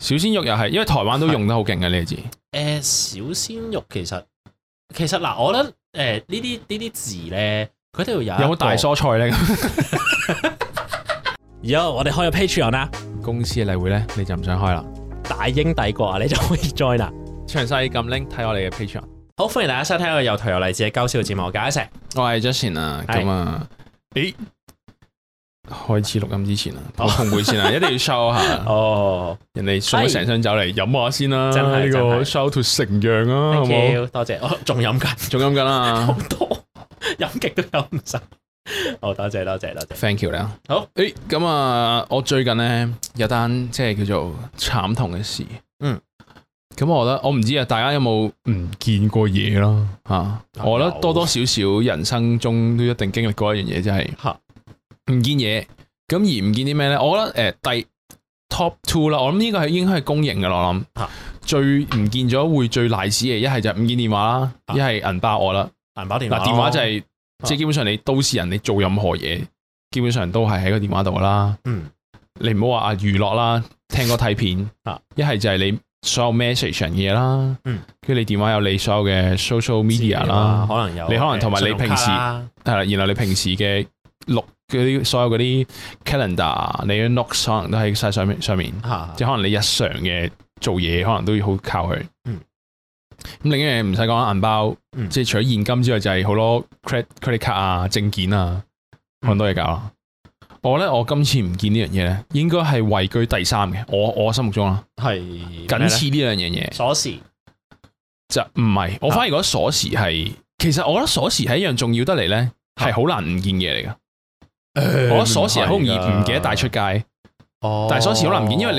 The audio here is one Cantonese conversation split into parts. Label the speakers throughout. Speaker 1: 小鮮肉又係，因為台灣都用得好勁嘅呢個字，
Speaker 2: 誒呃小鮮肉其實其實嗱，我覺得誒呃呢啲呢啲字咧，佢哋會有一
Speaker 1: 有冇大
Speaker 2: 個
Speaker 1: 蔬菜咧？
Speaker 2: 有，我哋開咗 Patreon 啦，
Speaker 1: 公司嘅例會咧，你就唔想開啦。
Speaker 2: 大英帝國啊，你就可以 join 啦。
Speaker 1: 詳細撳 link 睇我哋嘅 Patreon。
Speaker 2: 好，歡迎大家收聽我哋有圖有勵志嘅搞笑節目，我係一成。
Speaker 1: 我係 Justin 啊，
Speaker 2: 係
Speaker 1: 咁啊，誒，開始錄音之前啊，我同會 先啊，一定要 show 下，
Speaker 2: 哦
Speaker 1: 人哋送咗成箱酒嚟飲下先啦，
Speaker 2: 真係
Speaker 1: 呢
Speaker 2: 真
Speaker 1: 個
Speaker 2: 係
Speaker 1: show to 成樣啊，好
Speaker 2: ，thank
Speaker 1: 冇？
Speaker 2: you，多謝。我仲飲緊，
Speaker 1: 仲飲緊啊
Speaker 2: 好
Speaker 1: 啦
Speaker 2: 多 飲極都飲唔晒。好多謝多謝多謝。
Speaker 1: ，thank you 你啊。
Speaker 2: 好，
Speaker 1: 誒，咁啊，我最近咧有單即係叫做慘痛嘅事，
Speaker 2: 嗯，
Speaker 1: 咁我覺得我唔知啊，大家有冇唔見過嘢啦？
Speaker 2: 啊
Speaker 1: 嚇，我覺得
Speaker 2: 有
Speaker 1: 多多少少人生中都一定經歷過一樣嘢，就係
Speaker 2: 嚇
Speaker 1: 唔見嘢，咁而唔見啲咩咧？我覺得誒、第 top two 啦，我諗呢個係應該係公認嘅啦，我諗、
Speaker 2: 嚇
Speaker 1: 最唔見咗會最賴屎嘅，一係就唔見電話啦，
Speaker 2: 啊
Speaker 1: 一係銀包我啦。
Speaker 2: 銀包電話
Speaker 1: 嗱，
Speaker 2: 咯。
Speaker 1: 電話就係、
Speaker 2: 啊
Speaker 1: 即係基本上你都市人，你做任何嘢，基本上都係喺個電話度啦。
Speaker 2: 嗯，
Speaker 1: 你唔好話啊娛樂啦，聽歌睇片
Speaker 2: 啊，
Speaker 1: 一係就係你所有 message 人嘅嘢啦。
Speaker 2: 嗯，
Speaker 1: 跟住你電話有你所有嘅 social
Speaker 2: 資
Speaker 1: media
Speaker 2: 料
Speaker 1: 啦
Speaker 2: 啊，可能有
Speaker 1: 你可能同埋
Speaker 2: 誒
Speaker 1: 你
Speaker 2: 信用
Speaker 1: 平
Speaker 2: 卡
Speaker 1: 時
Speaker 2: 啦
Speaker 1: 係啦，然後你平時嘅錄嗰啲所有嗰啲 calendar，你嘅 notes 可能都喺晒上面上面，
Speaker 2: 嚇
Speaker 1: 即係可能你日常嘅做嘢，可能都要好靠佢。
Speaker 2: 嗯。
Speaker 1: 咁另一樣嘢唔使講啦，銀包，
Speaker 2: 嗯
Speaker 1: 即係除咗現金之外，就係好多 credit credit card 啊、證件啊，
Speaker 2: 嗯
Speaker 1: 好多嘢搞啦。我咧，我今次唔見呢樣嘢咧，應該係位居第三嘅。我我心目中啦，
Speaker 2: 係
Speaker 1: 僅
Speaker 2: 咩
Speaker 1: 次呢兩樣嘢
Speaker 2: 咧鎖匙
Speaker 1: 就唔係。我
Speaker 2: 啊
Speaker 1: 反而覺得鎖匙係，其實我覺得鎖匙係一樣重要得嚟咧，係好難唔見嘢嚟㗎。我覺得鎖匙係好容易唔記得帶出街，
Speaker 2: 哦，
Speaker 1: 但係鎖匙好難唔見，因為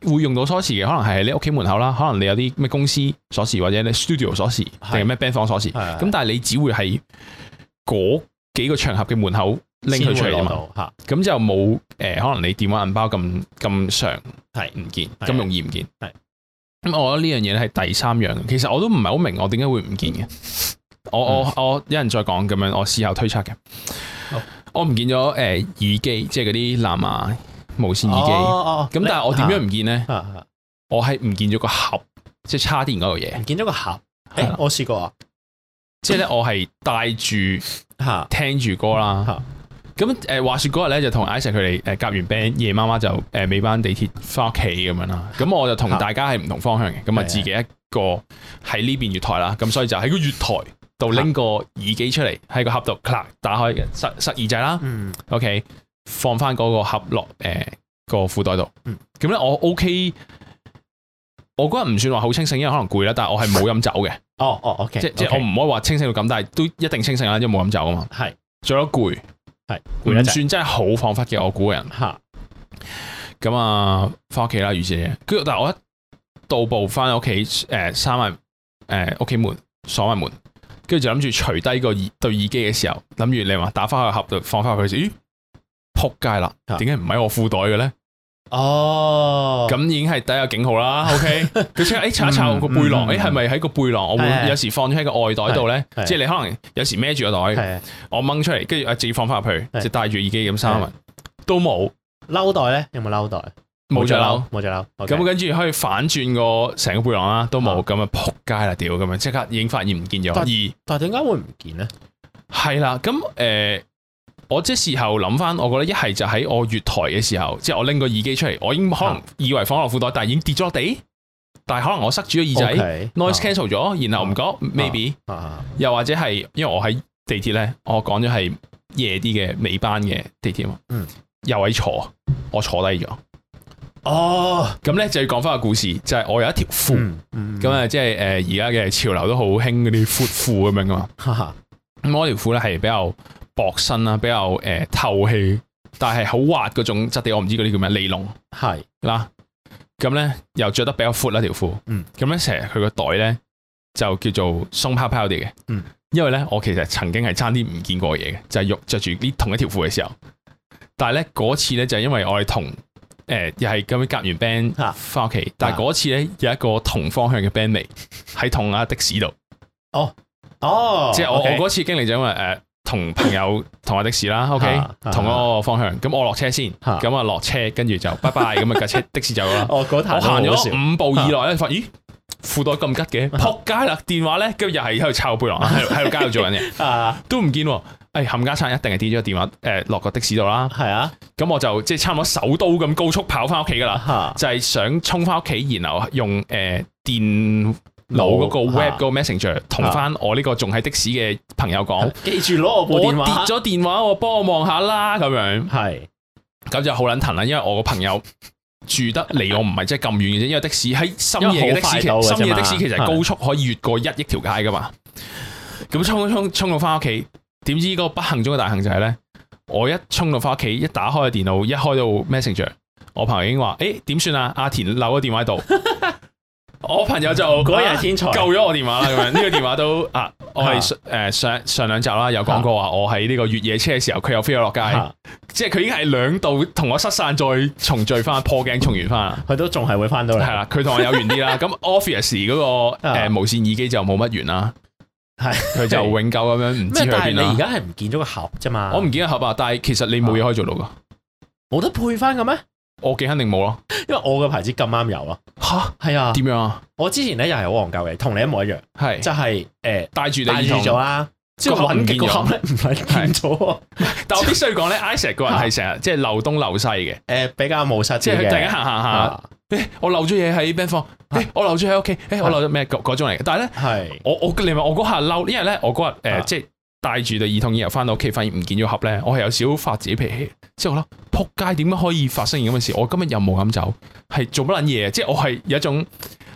Speaker 1: 你會用到鎖匙嘅，可能係喺你屋企門口啦，可能你有啲咩公司鎖匙或者你 studio 鎖匙定係咩 band 房鎖匙，
Speaker 2: 係
Speaker 1: 咁但係你只會係嗰幾個場合嘅門口拎佢出嚟啊嘛，
Speaker 2: 嚇，
Speaker 1: 咁就冇誒、呃可能你電話銀包咁咁常
Speaker 2: 係
Speaker 1: 唔見，
Speaker 2: 係
Speaker 1: 咁容易唔見，
Speaker 2: 係
Speaker 1: 咁我覺得呢樣嘢咧係第三樣，其實我都唔係好明我點解會唔見嘅，我我我一陣再講咁樣，我事後推測嘅
Speaker 2: 嗯好，
Speaker 1: 我唔見咗誒、呃耳機，即係嗰啲藍牙無線耳機。
Speaker 2: 哦啊
Speaker 1: 咁但係我點樣唔見咧？
Speaker 2: 樣
Speaker 1: 我係唔見咗個盒，即係叉電嗰嚿嘢。
Speaker 2: 唔見咗個盒？
Speaker 1: 係啦
Speaker 2: 誒，我試過啊，
Speaker 1: 即係咧，我係戴住
Speaker 2: 嚇
Speaker 1: 聽住歌啦
Speaker 2: 嚇。
Speaker 1: 咁誒話説嗰日咧，就同 Isaac 佢哋誒夾完 band，夜媽媽就誒尾班地鐵翻屋企咁樣啦。咁我就同
Speaker 2: 嚇
Speaker 1: 大家係唔同方向嘅，咁啊
Speaker 2: 啊係係
Speaker 1: 自己一個喺呢邊月台啦。咁所以就喺個月台度拎個耳機出嚟，喺個盒度咔打開嘅，塞塞耳仔啦。
Speaker 2: 嗯
Speaker 1: OK，放翻嗰個盒落誒個褲袋度。
Speaker 2: 嗯
Speaker 1: 咁咧我 OK，我嗰日唔算話好清醒，因為可能攰啦，但係我係冇飲酒 嘅，
Speaker 2: 哦哦，OK，
Speaker 1: 即即係我
Speaker 2: OK，
Speaker 1: 唔可以話清醒到咁，但係都一定清醒啦，因為冇飲酒啊嘛。
Speaker 2: 係
Speaker 1: 仲有攰，
Speaker 2: 係攰
Speaker 1: 唔
Speaker 2: 一陣
Speaker 1: 算真係好恍惚嘅我估個人。
Speaker 2: 嚇
Speaker 1: 咁啊，翻屋企啦，如是者。跟住但係我一到步翻屋企，誒閂埋誒呃屋企門，鎖埋門，跟住就諗住除低個耳對耳機嘅時候，諗住你話打翻去盒度放翻去，咦？撲街啦！
Speaker 2: 啊
Speaker 1: 點解唔喺我褲袋嘅咧？
Speaker 2: 哦，
Speaker 1: 咁已經係第一個警號啦。OK，佢即係誒哎查一查
Speaker 2: 嗯
Speaker 1: 個背囊，誒
Speaker 2: 嗯
Speaker 1: 係咪喺個背囊？我會
Speaker 2: 係
Speaker 1: 有時放咗喺個外袋度咧，
Speaker 2: 係係
Speaker 1: 即係你可能有時孭住個袋，
Speaker 2: 係
Speaker 1: 我掹出嚟，跟住啊自己放翻入去，
Speaker 2: 係
Speaker 1: 就戴住耳機咁閂埋，都冇
Speaker 2: 褸袋咧，有冇褸袋？
Speaker 1: 冇着褸。，
Speaker 2: 冇着褸。OK
Speaker 1: 咁跟住可以反轉個成個背囊啦，都冇
Speaker 2: 啊
Speaker 1: 咁啊，撲街啦屌咁樣，即刻已經發現唔見咗。
Speaker 2: 但
Speaker 1: 而
Speaker 2: 但係點解會唔見咧？
Speaker 1: 係啦，咁誒、呃我即係事後諗翻，我覺得一係就喺我月台嘅時候，即係我拎個耳機出嚟，我已經可能
Speaker 2: 啊
Speaker 1: 以為放落褲袋，但係已經跌咗落地，但係可能我塞住咗耳仔
Speaker 2: OK，
Speaker 1: ，noise cancel 咗，然後唔覺 maybe，
Speaker 2: 啊啊
Speaker 1: 又或者係因為我喺地鐵咧，我講咗係夜啲嘅尾班嘅地鐵嘛，
Speaker 2: 嗯，
Speaker 1: 又喺坐，我坐低咗，
Speaker 2: 哦，
Speaker 1: 咁咧就要講翻個故事，就係、我有一條褲。
Speaker 2: 嗯嗯
Speaker 1: 咁啊，即係誒而家嘅潮流都好興嗰啲闊褲咁樣噶嘛。
Speaker 2: 哈哈
Speaker 1: 咁我條褲咧係比較薄身啦，比較誒、呃透氣，但係好滑嗰種質地，我唔知嗰啲叫咩尼龍
Speaker 2: 係
Speaker 1: 啦。咁咧又着得比較闊啦條褲，
Speaker 2: 嗯
Speaker 1: 咁咧成日佢個袋咧就叫做鬆泡泡啲嘅，
Speaker 2: 嗯
Speaker 1: 因為咧我其實曾經係差啲唔見過嘢嘅，就係、用着住呢同一條褲嘅時候，但係咧嗰次咧就係因為我哋同誒、呃又係咁樣夾完 band
Speaker 2: 啊
Speaker 1: 翻屋企，但係
Speaker 2: 啊
Speaker 1: 嗰次咧有一個同方向嘅 bandmate 喺同啊的士度，
Speaker 2: 哦，
Speaker 1: 即係我
Speaker 2: OK
Speaker 1: 我嗰次經歷就因為誒。呃同朋 友同架的士啦，OK，
Speaker 2: 啊啊
Speaker 1: 同嗰個方向。咁我落車先，
Speaker 2: 啊
Speaker 1: 咁啊落車，跟住就拜拜，咁啊架 車的士走咗啦。
Speaker 2: 哦，嗰
Speaker 1: 我
Speaker 2: 壇
Speaker 1: 行
Speaker 2: 都好笑
Speaker 1: 咗五步以
Speaker 2: 啊
Speaker 1: 內咧，發咦褲袋咁吉嘅，仆街啦！電話咧，跟住又係喺度抄背 囊，喺度喺度街度做緊嘢，
Speaker 2: 啊，
Speaker 1: 都唔見喎。誒冚家鏟一定係跌咗個電話誒落個的士度啦。
Speaker 2: 係啊，
Speaker 1: 咁我就即係差唔多首都咁高速跑翻屋企噶啦，
Speaker 2: 嚇
Speaker 1: 就係想衝翻屋企，然後用誒、呃、電腦嗰個
Speaker 2: 腦
Speaker 1: web
Speaker 2: 啊
Speaker 1: 嗰個 messenger 同翻我呢個仲係的士嘅朋友講，
Speaker 2: 記住攞我
Speaker 1: 我
Speaker 2: 部
Speaker 1: 跌
Speaker 2: 電話，
Speaker 1: 咗電話，我幫我望下啦咁樣，
Speaker 2: 係
Speaker 1: 咁就好撚騰啦，因為我個朋友。住得離我唔係真係咁遠嘅啫，因為的士喺深夜嘅的士其
Speaker 2: 因為好快到嘅啫嘛
Speaker 1: 深夜的士其實
Speaker 2: 係
Speaker 1: 高速可以越過一億條街噶嘛。咁衝一衝衝到翻屋企，點知嗰個不幸中嘅大幸就係咧，我一衝到翻屋企，一打開個電腦，一開到 Messenger，我朋友已經話：，誒點算啊？阿田留個電話喺 度。我朋友就
Speaker 2: 嗰日係天才
Speaker 1: 啊救咗我電話啦，咁樣呢個電話都啊，我
Speaker 2: 啊
Speaker 1: 係誒上上兩集啦，有講過話我喺呢個越野車嘅時候，佢又飛咗落街，
Speaker 2: 嚇
Speaker 1: 即係佢已經係兩度同我失散，再重聚翻，破鏡重圓翻啦。
Speaker 2: 佢都仲係會翻到嚟，
Speaker 1: 係啦，啊佢同我有緣啲 啦。咁 Office 嗰個
Speaker 2: 啊
Speaker 1: 誒無線耳機就冇乜緣啦，
Speaker 2: 係
Speaker 1: 佢就永久咁樣唔知
Speaker 2: 咩？
Speaker 1: 去
Speaker 2: 但係
Speaker 1: 邊
Speaker 2: 你
Speaker 1: 啦
Speaker 2: 而。家係唔見咗個盒啫嘛，
Speaker 1: 我唔見得盒啊，但係其實你冇嘢可以做到噶，
Speaker 2: 啊冇得配翻嘅咩？
Speaker 1: 我幾肯定冇咯。
Speaker 2: 因為我嘅牌子咁啱有咯，
Speaker 1: 吓
Speaker 2: 係啊，
Speaker 1: 點樣啊？
Speaker 2: 我之前咧又係好戇鳩嘅，同你一模一樣，
Speaker 1: 係
Speaker 2: 就係誒
Speaker 1: 戴住你
Speaker 2: 戴
Speaker 1: 耳
Speaker 2: 住咗啊
Speaker 1: 筒，
Speaker 2: 啦，之後
Speaker 1: 個盒唔
Speaker 2: 揾極
Speaker 1: 見
Speaker 2: 個
Speaker 1: 咗
Speaker 2: 盒咧唔係見咗，
Speaker 1: 但我必須講咧，Isaac 個人
Speaker 2: 啊
Speaker 1: 係成日即係漏東漏西嘅，
Speaker 2: 誒比較冇失
Speaker 1: 即係佢
Speaker 2: 嘅
Speaker 1: 突然間行行下，
Speaker 2: 啊
Speaker 1: 誒我漏咗嘢喺 band 房，誒我漏咗喺屋企，誒我漏咗咩嗰嗰種嚟嘅。但係咧，
Speaker 2: 係
Speaker 1: 我我你咪我嗰下嬲，因為咧我嗰日
Speaker 2: 啊
Speaker 1: 誒即係戴住對耳筒，然後翻到屋企發現唔見咗盒咧，我係有少少發自己脾氣，之後我諗撲街點解可以發生咁嘅事？我今日又冇飲酒，係做乜撚嘢？即係我係有一種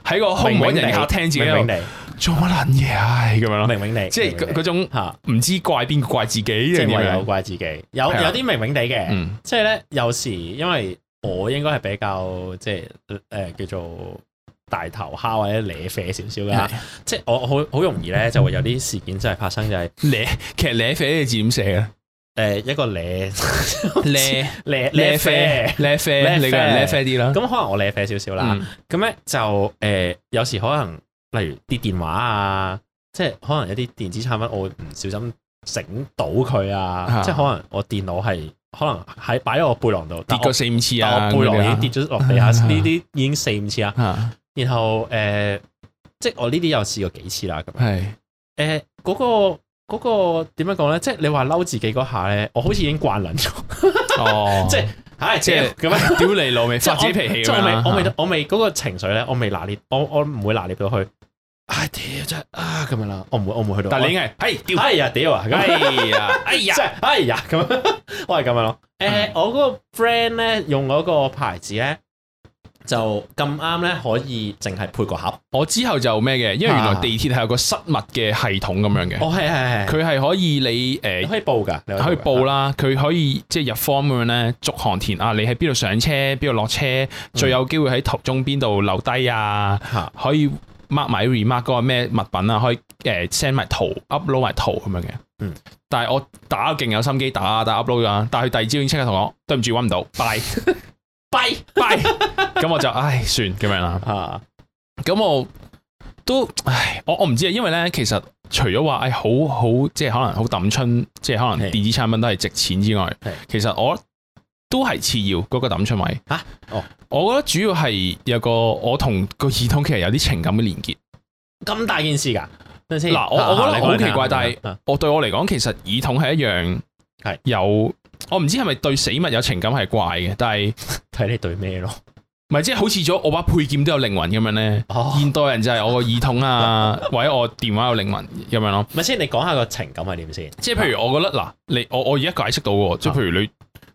Speaker 1: 喺個空無一人嘅客廳自己
Speaker 2: 明
Speaker 1: 喺
Speaker 2: 明
Speaker 1: 度
Speaker 2: 地，
Speaker 1: 做乜撚嘢唉咁樣咯，
Speaker 2: 明明地，
Speaker 1: 即係嗰嗰種
Speaker 2: 嚇，
Speaker 1: 唔知怪邊個怪自己
Speaker 2: 即
Speaker 1: 定
Speaker 2: 係
Speaker 1: 點
Speaker 2: 唯有
Speaker 1: 樣？
Speaker 2: 怪自己，有
Speaker 1: 係啊
Speaker 2: 有啲明明地嘅。
Speaker 1: 嗯，
Speaker 2: 即係咧，有時因為我應該係比較即係誒、呃叫做大頭蝦或者咧啡少少噶，即係我我好好容易咧就會有啲事件真係發生，就係、
Speaker 1: 咧其實咧啡呢個字點寫 啊？
Speaker 2: 呃一個咧
Speaker 1: 咧咧
Speaker 2: 咧咧
Speaker 1: 啡
Speaker 2: 啡，
Speaker 1: 咧啡，你個人咧啡啲啦
Speaker 2: 咁。可能我咧啡少少啦。
Speaker 1: 嗯
Speaker 2: 咁咧、就誒、呃有時可能例如啲電話啊，即係可能一啲電子產品，我會唔小心整到佢啊，
Speaker 1: 啊
Speaker 2: 即係可能我電腦係可能喺擺喺我背囊度
Speaker 1: 跌
Speaker 2: 但
Speaker 1: 過四五次啊，
Speaker 2: 但我背囊已經
Speaker 1: 咁樣
Speaker 2: 跌咗落地下，
Speaker 1: 啊
Speaker 2: 呢啲已經四五次啦。
Speaker 1: 啊，
Speaker 2: 然後誒、呃即係我呢啲有試過幾次啦。咁樣
Speaker 1: 係
Speaker 2: 誒嗰個嗰、個點樣講咧？即係你話嬲自己嗰下咧，我好似已經慣撚咗，
Speaker 1: 哦，
Speaker 2: 即係唉，
Speaker 1: 即
Speaker 2: 即
Speaker 1: 係
Speaker 2: 係咁樣。
Speaker 1: 屌你老味，
Speaker 2: 即係
Speaker 1: 發
Speaker 2: 我
Speaker 1: 自己脾氣
Speaker 2: 即
Speaker 1: 咁
Speaker 2: 係
Speaker 1: 樣啊啦
Speaker 2: 我未，我未，我未嗰、個情緒咧，我未拿捏，我我唔會拿捏到去。唉屌真係啊咁樣啦，我唔會，我唔會去到。
Speaker 1: 但你已經係，係
Speaker 2: 我
Speaker 1: 屌，
Speaker 2: 哎呀屌啊！咁
Speaker 1: 哎呀，哎
Speaker 2: 即
Speaker 1: 呀，嗯
Speaker 2: 係哎呀咁 樣，我係咁樣咯。誒、我嗰個 friend 咧用嗰個牌子咧，就咁啱咧可以淨係配個盒。
Speaker 1: 我之後就咩嘅，因為原來
Speaker 2: 啊
Speaker 1: 地鐵係有個失物嘅系統咁樣嘅，
Speaker 2: 哦，係係係，
Speaker 1: 佢係可以你
Speaker 2: 你
Speaker 1: 誒。
Speaker 2: 可以報㗎，你
Speaker 1: 可以報
Speaker 2: 啦。
Speaker 1: 啦，佢可以即係入 form 咁樣咧，逐行填啊，你喺邊度上車，邊度落車，最有機會喺途中邊度留低啊，
Speaker 2: 嚇
Speaker 1: 可以 mark 埋 remark 嗰個咩物品啊，可以誒 send 埋圖 upload 埋圖咁樣嘅。
Speaker 2: 嗯，
Speaker 1: 但係我打勁有心機打啊，打 upload 啊，但係佢第二朝已經即刻同我對唔住揾唔到，bye。
Speaker 2: 跛
Speaker 1: 拜，咁我就唉算咁樣啦。
Speaker 2: 嚇
Speaker 1: 咁我都唉，我我唔知啊，因為咧，其實除咗話唉好好，即係可能好抌春，即係可能
Speaker 2: 係
Speaker 1: 電子產品都係值錢之外
Speaker 2: 係，
Speaker 1: 其實我都係次要嗰、個抌春位
Speaker 2: 嚇哦。
Speaker 1: 我覺得主要係有個我同個耳筒其實有啲情感嘅連結。
Speaker 2: 咁大件事㗎。等陣先
Speaker 1: 嗱我我覺得好奇怪但係
Speaker 2: 係
Speaker 1: 我對我嚟講，其實耳筒係一樣
Speaker 2: 係
Speaker 1: 有，我唔知係咪對死物有情感係怪嘅，但係
Speaker 2: 睇你對咩咯。
Speaker 1: 唔係即係好似咗我把配劍都有靈魂咁樣咧。
Speaker 2: 哦，
Speaker 1: 現代人就係我個耳筒 啊，或者我電話有靈魂咁樣咯。
Speaker 2: 咪先，你講下個情感係點先？
Speaker 1: 即係譬如我覺得嗱，你我我而家解釋到喎，即係譬如你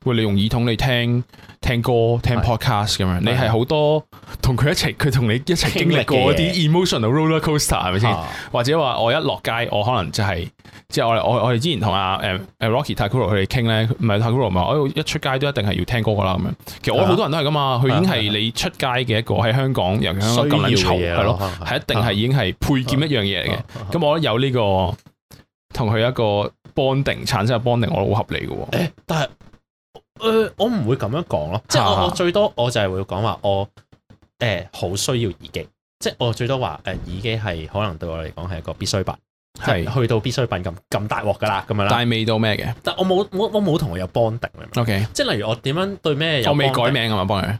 Speaker 1: 喂你用耳筒你聽聽歌聽
Speaker 2: 係
Speaker 1: podcast 咁樣，你係好多同佢一齊， 佢同你一齊經歷過一啲 emotional roller coaster 係咪先？
Speaker 2: 啊
Speaker 1: 或者話我一落街，我可能就係、即係我哋我我哋之前同阿誒誒 Rocky Takuro 佢哋傾咧，唔係 Takuro 唔係，我一出街都一定係要聽歌噶啦咁樣。其實我
Speaker 2: 啊
Speaker 1: 好多人都係噶嘛，佢已經
Speaker 2: 啊
Speaker 1: 係你出街嘅一個喺香港，尤其香港咁撚
Speaker 2: 需要嘅
Speaker 1: 嘈
Speaker 2: 嘢
Speaker 1: 係咯
Speaker 2: 咯，可能
Speaker 1: 係
Speaker 2: 係
Speaker 1: 一定係已經係配劍一樣嘢嚟嘅。咁我覺得有呢個同佢一個 bonding 產生嘅 bonding，我覺得好合理嘅喎。
Speaker 2: 誒，但係誒，我唔會咁樣講咯，即係
Speaker 1: 嚇
Speaker 2: 我我最多我就係會講話我誒好需要耳機，即係我最多話誒耳機係可能對我嚟講係一個必需品，即
Speaker 1: 係
Speaker 2: 係去到必需品咁咁大鑊㗎啦，咁樣啦。
Speaker 1: 但係未到咩嘅
Speaker 2: 但我冇我我冇同佢有 bonding，你明唔明
Speaker 1: ，OK，
Speaker 2: 即係例如我點樣對咩有
Speaker 1: 我未
Speaker 2: bonding，
Speaker 1: 改名啊嘛，幫佢，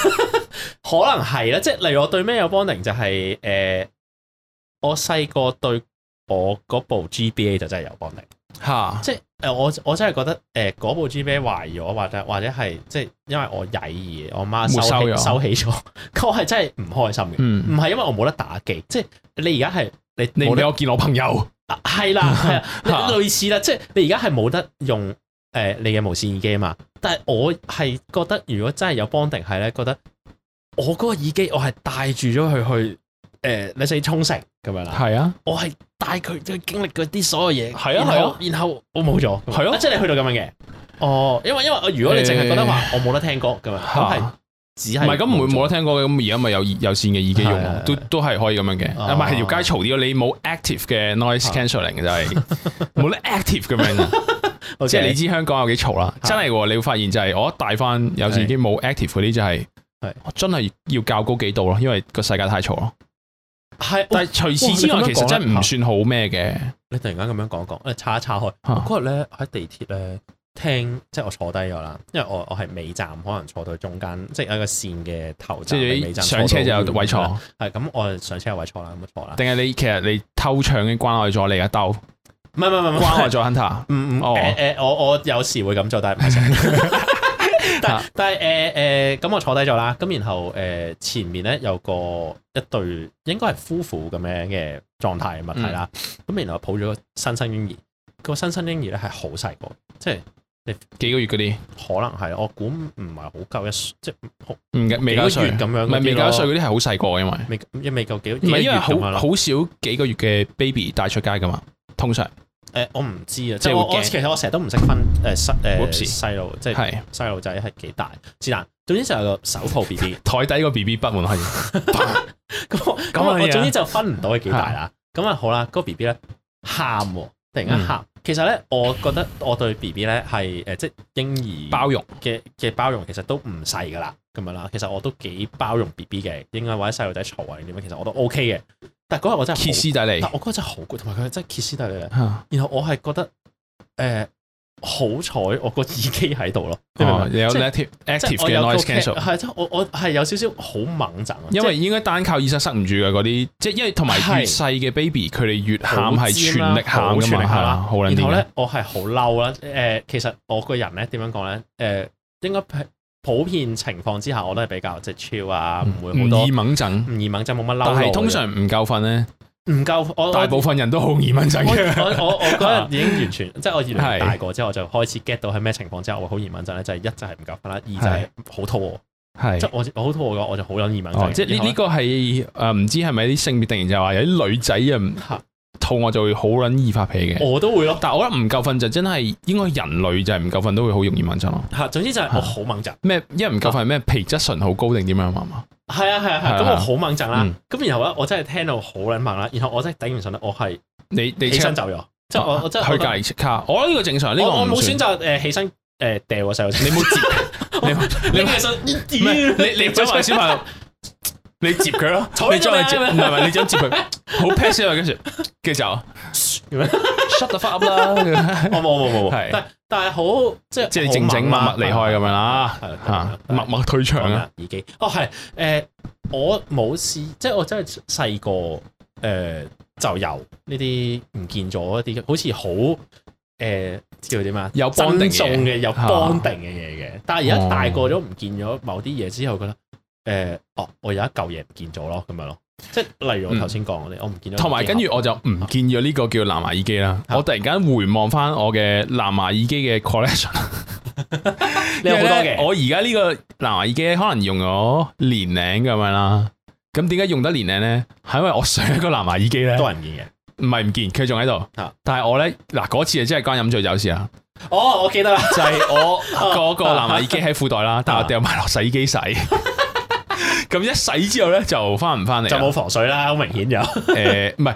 Speaker 2: 可能係啦。即係例如我對咩有 bonding 就係、呃我細個對我嗰部 GBA 就真係有 bonding。
Speaker 1: 吓，
Speaker 2: 即係誒，我我真係覺得誒嗰、部 GBA 壞咗，或者或者係即係因為我曳而我媽收
Speaker 1: 沒收
Speaker 2: 起
Speaker 1: 咗
Speaker 2: 收起咗， 咁我係真係唔開心嘅。
Speaker 1: 嗯，
Speaker 2: 唔係因為我冇得打機，即係你而家係你
Speaker 1: 你
Speaker 2: 冇
Speaker 1: 唔
Speaker 2: 得
Speaker 1: 俾我見我朋友，
Speaker 2: 啊係 啦，係啊，類似啦，即係你而家係冇得用誒、呃你嘅無線耳機啊嘛。但係我係覺得，如果真係有 bonding 係咧，覺得我嗰個耳機我係帶住咗佢去誒、呃你死沖繩咁樣啦。
Speaker 1: 係啊，
Speaker 2: 我係帶佢去經歷嗰啲所有嘢，
Speaker 1: 係啊
Speaker 2: 然後然後我冇咗，
Speaker 1: 係咯
Speaker 2: 即係你去到咁樣嘅。哦，因為因為我如果你淨係覺得話我冇得聽歌咁樣，啊咁係
Speaker 1: 嚇
Speaker 2: 只
Speaker 1: 唔
Speaker 2: 係
Speaker 1: 係咁唔會冇得聽歌嘅，咁而家咪有有線嘅耳機用咯
Speaker 2: 係，
Speaker 1: 都都係啊可以咁樣嘅，
Speaker 2: 哦
Speaker 1: 唔係係條街嘈啲咯，你冇 active 嘅 noise
Speaker 2: 啊
Speaker 1: cancelling 就係 冇得 active 咁樣啊，
Speaker 2: 冇
Speaker 1: 即係你知香港有幾嘈啦，
Speaker 2: 係
Speaker 1: 真係喎，你會發現就係我一戴翻有線耳機冇 active 嗰啲就係
Speaker 2: 係，
Speaker 1: 我真係要較高幾度咯，因為個世界太嘈咯。
Speaker 2: 係，
Speaker 1: 但
Speaker 2: 但
Speaker 1: 係除此之
Speaker 2: 哇
Speaker 1: 外，
Speaker 2: 你咁樣
Speaker 1: 其實
Speaker 2: 講
Speaker 1: 真係
Speaker 2: 咧
Speaker 1: 唔算好咩嘅
Speaker 2: 你突然間咁樣講講，你岔一岔開。
Speaker 1: 嚇
Speaker 2: 嗰日咧喺地鐵咧聽，即係我坐低咗啦，因為我我係尾站，可能坐到中間，即係有一個線嘅頭
Speaker 1: 即
Speaker 2: 站。
Speaker 1: 係
Speaker 2: 尾
Speaker 1: 你
Speaker 2: 站
Speaker 1: 上車就有位
Speaker 2: 坐到
Speaker 1: 坐，
Speaker 2: 係咁，我上車有位坐啦，咁就坐啦。
Speaker 1: 定係你其實你偷搶嘅關愛咗你嘅 兜，
Speaker 2: 唔係唔係唔係，
Speaker 1: 關愛咗 Hunter
Speaker 2: 唔唔，
Speaker 1: 哦
Speaker 2: 誒誒，我我有時會咁做，但係唔係成 日
Speaker 1: 啊
Speaker 2: 但但係誒誒，咁我坐低咗啦，咁然後誒前面咧有個一對應該係夫婦咁樣嘅狀態嘅物體啦，
Speaker 1: 嗯
Speaker 2: 咁然後抱咗個新生嬰兒，個新生嬰兒咧係好細個，即係
Speaker 1: 幾個月嗰啲，
Speaker 2: 可能係我估唔係好夠一歲，即係好
Speaker 1: 唔未夠一歲
Speaker 2: 幾個月咁樣嗰啲
Speaker 1: 唔係未夠一歲
Speaker 2: 咯
Speaker 1: 嗰啲係好細個嘅，因為
Speaker 2: 未一未夠幾
Speaker 1: 唔
Speaker 2: 幾個
Speaker 1: 係因
Speaker 2: 月
Speaker 1: 為好
Speaker 2: 咁樣啦。
Speaker 1: 好少幾個月嘅 baby 帶出街噶嘛，通常
Speaker 2: 誒我唔知
Speaker 1: 即
Speaker 2: 啊，即
Speaker 1: 係
Speaker 2: 係我
Speaker 1: 會
Speaker 2: 我
Speaker 1: 驚
Speaker 2: 其實我成日都唔識分誒細
Speaker 1: Whoops
Speaker 2: 誒細路，即係
Speaker 1: 係
Speaker 2: 細路仔係幾大，是但。總之就係個手抱 B B。
Speaker 1: 台底個 B B 不滿開始，
Speaker 2: 咁我
Speaker 1: 咁
Speaker 2: 咁
Speaker 1: 啊
Speaker 2: 我
Speaker 1: 係啊
Speaker 2: 總之就分唔到佢幾大啦。咁啊好啦，嗰個 B B 咧喊喎，突然
Speaker 1: 嗯
Speaker 2: 間喊。其實咧，我覺得我對 B B 咧係誒，即係嬰兒
Speaker 1: 包 容
Speaker 2: 嘅嘅包容，其實都唔細噶啦，咁樣啦。其實我都幾包容 B B 嘅，應該或者細路仔嘈啊點樣，其實我都 O K 嘅。但係嗰日我真係
Speaker 1: 歇
Speaker 2: 好，
Speaker 1: 斯底里
Speaker 2: 但。我嗰日真係好攰，同埋佢真係歇斯底里咧。
Speaker 1: 嚇
Speaker 2: 然後我係覺得誒、呃好彩我個耳機喺度咯，你明唔
Speaker 1: 哦，
Speaker 2: 明
Speaker 1: 你有
Speaker 2: 即係
Speaker 1: active
Speaker 2: 即
Speaker 1: active
Speaker 2: 係我
Speaker 1: 嘅
Speaker 2: 有個
Speaker 1: noise
Speaker 2: ca-
Speaker 1: cancel，
Speaker 2: 係即係我我係有少少好猛震啊，
Speaker 1: 因
Speaker 2: 即
Speaker 1: 為應該單靠醫生塞唔住嘅嗰啲，即係因為同埋越
Speaker 2: 係
Speaker 1: 細嘅 baby，佢哋越
Speaker 2: 係
Speaker 1: 喊係全力喊
Speaker 2: 好
Speaker 1: 㗎
Speaker 2: 全
Speaker 1: 嘛，
Speaker 2: 力喊
Speaker 1: 係啊
Speaker 2: 啦。
Speaker 1: 好撚
Speaker 2: 然後
Speaker 1: 癲嘅
Speaker 2: 咧，我係好嬲啦。誒、其實我個人咧點樣講咧？誒、應該係普遍情況之下，我都係比較即係 chill 啊，唔會好
Speaker 1: 嗯唔
Speaker 2: 多
Speaker 1: 易掹震。
Speaker 2: 唔易猛震，冇乜嬲
Speaker 1: 但
Speaker 2: 怒嘅。
Speaker 1: 係通常唔夠瞓咧，
Speaker 2: 唔夠我
Speaker 1: 大部分人都好易掹震
Speaker 2: 我
Speaker 1: 嘅。
Speaker 2: 我我我嗰日已 經完全，即係我越嚟
Speaker 1: 係
Speaker 2: 越大個之後，我就開始 get 到係咩情況之下，我會好易敏陣咧，就係一就係唔夠瞓啦，二就係好肚餓，即
Speaker 1: 係，
Speaker 2: 係我我好肚餓嘅話，我就好撚易敏
Speaker 1: 哦
Speaker 2: 陣。
Speaker 1: 即係呢呢個係誒唔知係咪啲性別突然就話有啲女仔啊唔
Speaker 2: 嚇
Speaker 1: 肚餓就會好撚易發脾嘅。
Speaker 2: 我都會咯，
Speaker 1: 但係我覺得唔夠瞓就真係應該人類就係唔夠瞓都會好容易掹震咯。
Speaker 2: 嚇總之就係我好猛陣，
Speaker 1: 咩？因為唔夠瞓係咩皮質醇好高定點樣啊嘛？
Speaker 2: 係啊係啊
Speaker 1: 係啊
Speaker 2: 係，咁我好猛陣啦
Speaker 1: 嗯，
Speaker 2: 咁然後咧我真係聽到好撚猛啦，然後我真係頂唔順啦，我係
Speaker 1: 你你
Speaker 2: 起身
Speaker 1: 車
Speaker 2: 走咗，即係我我真係
Speaker 1: 去
Speaker 2: 我
Speaker 1: 隔
Speaker 2: 覺得
Speaker 1: 離卡，我覺得呢個正常，呢個
Speaker 2: 我我
Speaker 1: 唔
Speaker 2: 冇
Speaker 1: 算
Speaker 2: 選擇誒起身誒掉個細路仔，
Speaker 1: 你冇接，
Speaker 2: 你起身，
Speaker 1: 你唔係你你
Speaker 2: 走
Speaker 1: 將埋小朋友，你接佢咯，
Speaker 2: 坐啊
Speaker 1: 你
Speaker 2: 喺度
Speaker 1: 將佢接，
Speaker 2: 咩
Speaker 1: 唔係唔係你將接佢，好 pass 咗佢跟住，跟住就
Speaker 2: 咁樣
Speaker 1: shut the fuck up 啦，
Speaker 2: 我冇冇冇
Speaker 1: 係
Speaker 2: 冇，但但係好即 係
Speaker 1: 即係靜靜默默離開咁樣啦，
Speaker 2: 係啦
Speaker 1: 嚇默默退場
Speaker 2: 講
Speaker 1: 啊，
Speaker 2: 啦耳機。哦，係誒、我冇試，即係我真係細個誒就有呢啲唔見咗一啲，好似好誒叫點啊？
Speaker 1: 有幫定
Speaker 2: 珍重
Speaker 1: 嘅，哦
Speaker 2: 嘅有
Speaker 1: 啊
Speaker 2: 幫定嘅嘢嘅，但係而家大個咗唔見咗某啲嘢之後，覺得誒、哦，我有一嚿嘢唔見咗咯，咁樣咯。即係例如我頭先講嗰啲，我唔見
Speaker 1: 嗯
Speaker 2: 咗。
Speaker 1: 同埋跟住我就唔見咗呢個叫藍牙耳機啦，
Speaker 2: 嚇
Speaker 1: 我突然間回望翻我嘅藍牙耳機嘅 collection。
Speaker 2: 你有好
Speaker 1: 因
Speaker 2: 多
Speaker 1: 為咧
Speaker 2: 嘅，
Speaker 1: 我而家呢個藍牙耳機可能用咗年零咁樣啦。咁點解用得年零咧？係因為我上一個藍牙耳機咧，
Speaker 2: 多人見嘅。
Speaker 1: 唔係唔見，佢仲喺度
Speaker 2: 啊。
Speaker 1: 但係我咧嗱嗰次就真係關飲醉酒事啦，
Speaker 2: 哦，我記啊得啦，
Speaker 1: 就係我 嗰個藍牙耳機喺褲袋啦，但係我掉埋落洗衣 機洗。咁一洗之後咧就翻唔翻嚟啊啦，
Speaker 2: 就冇防水啦，好明顯有
Speaker 1: 誒唔係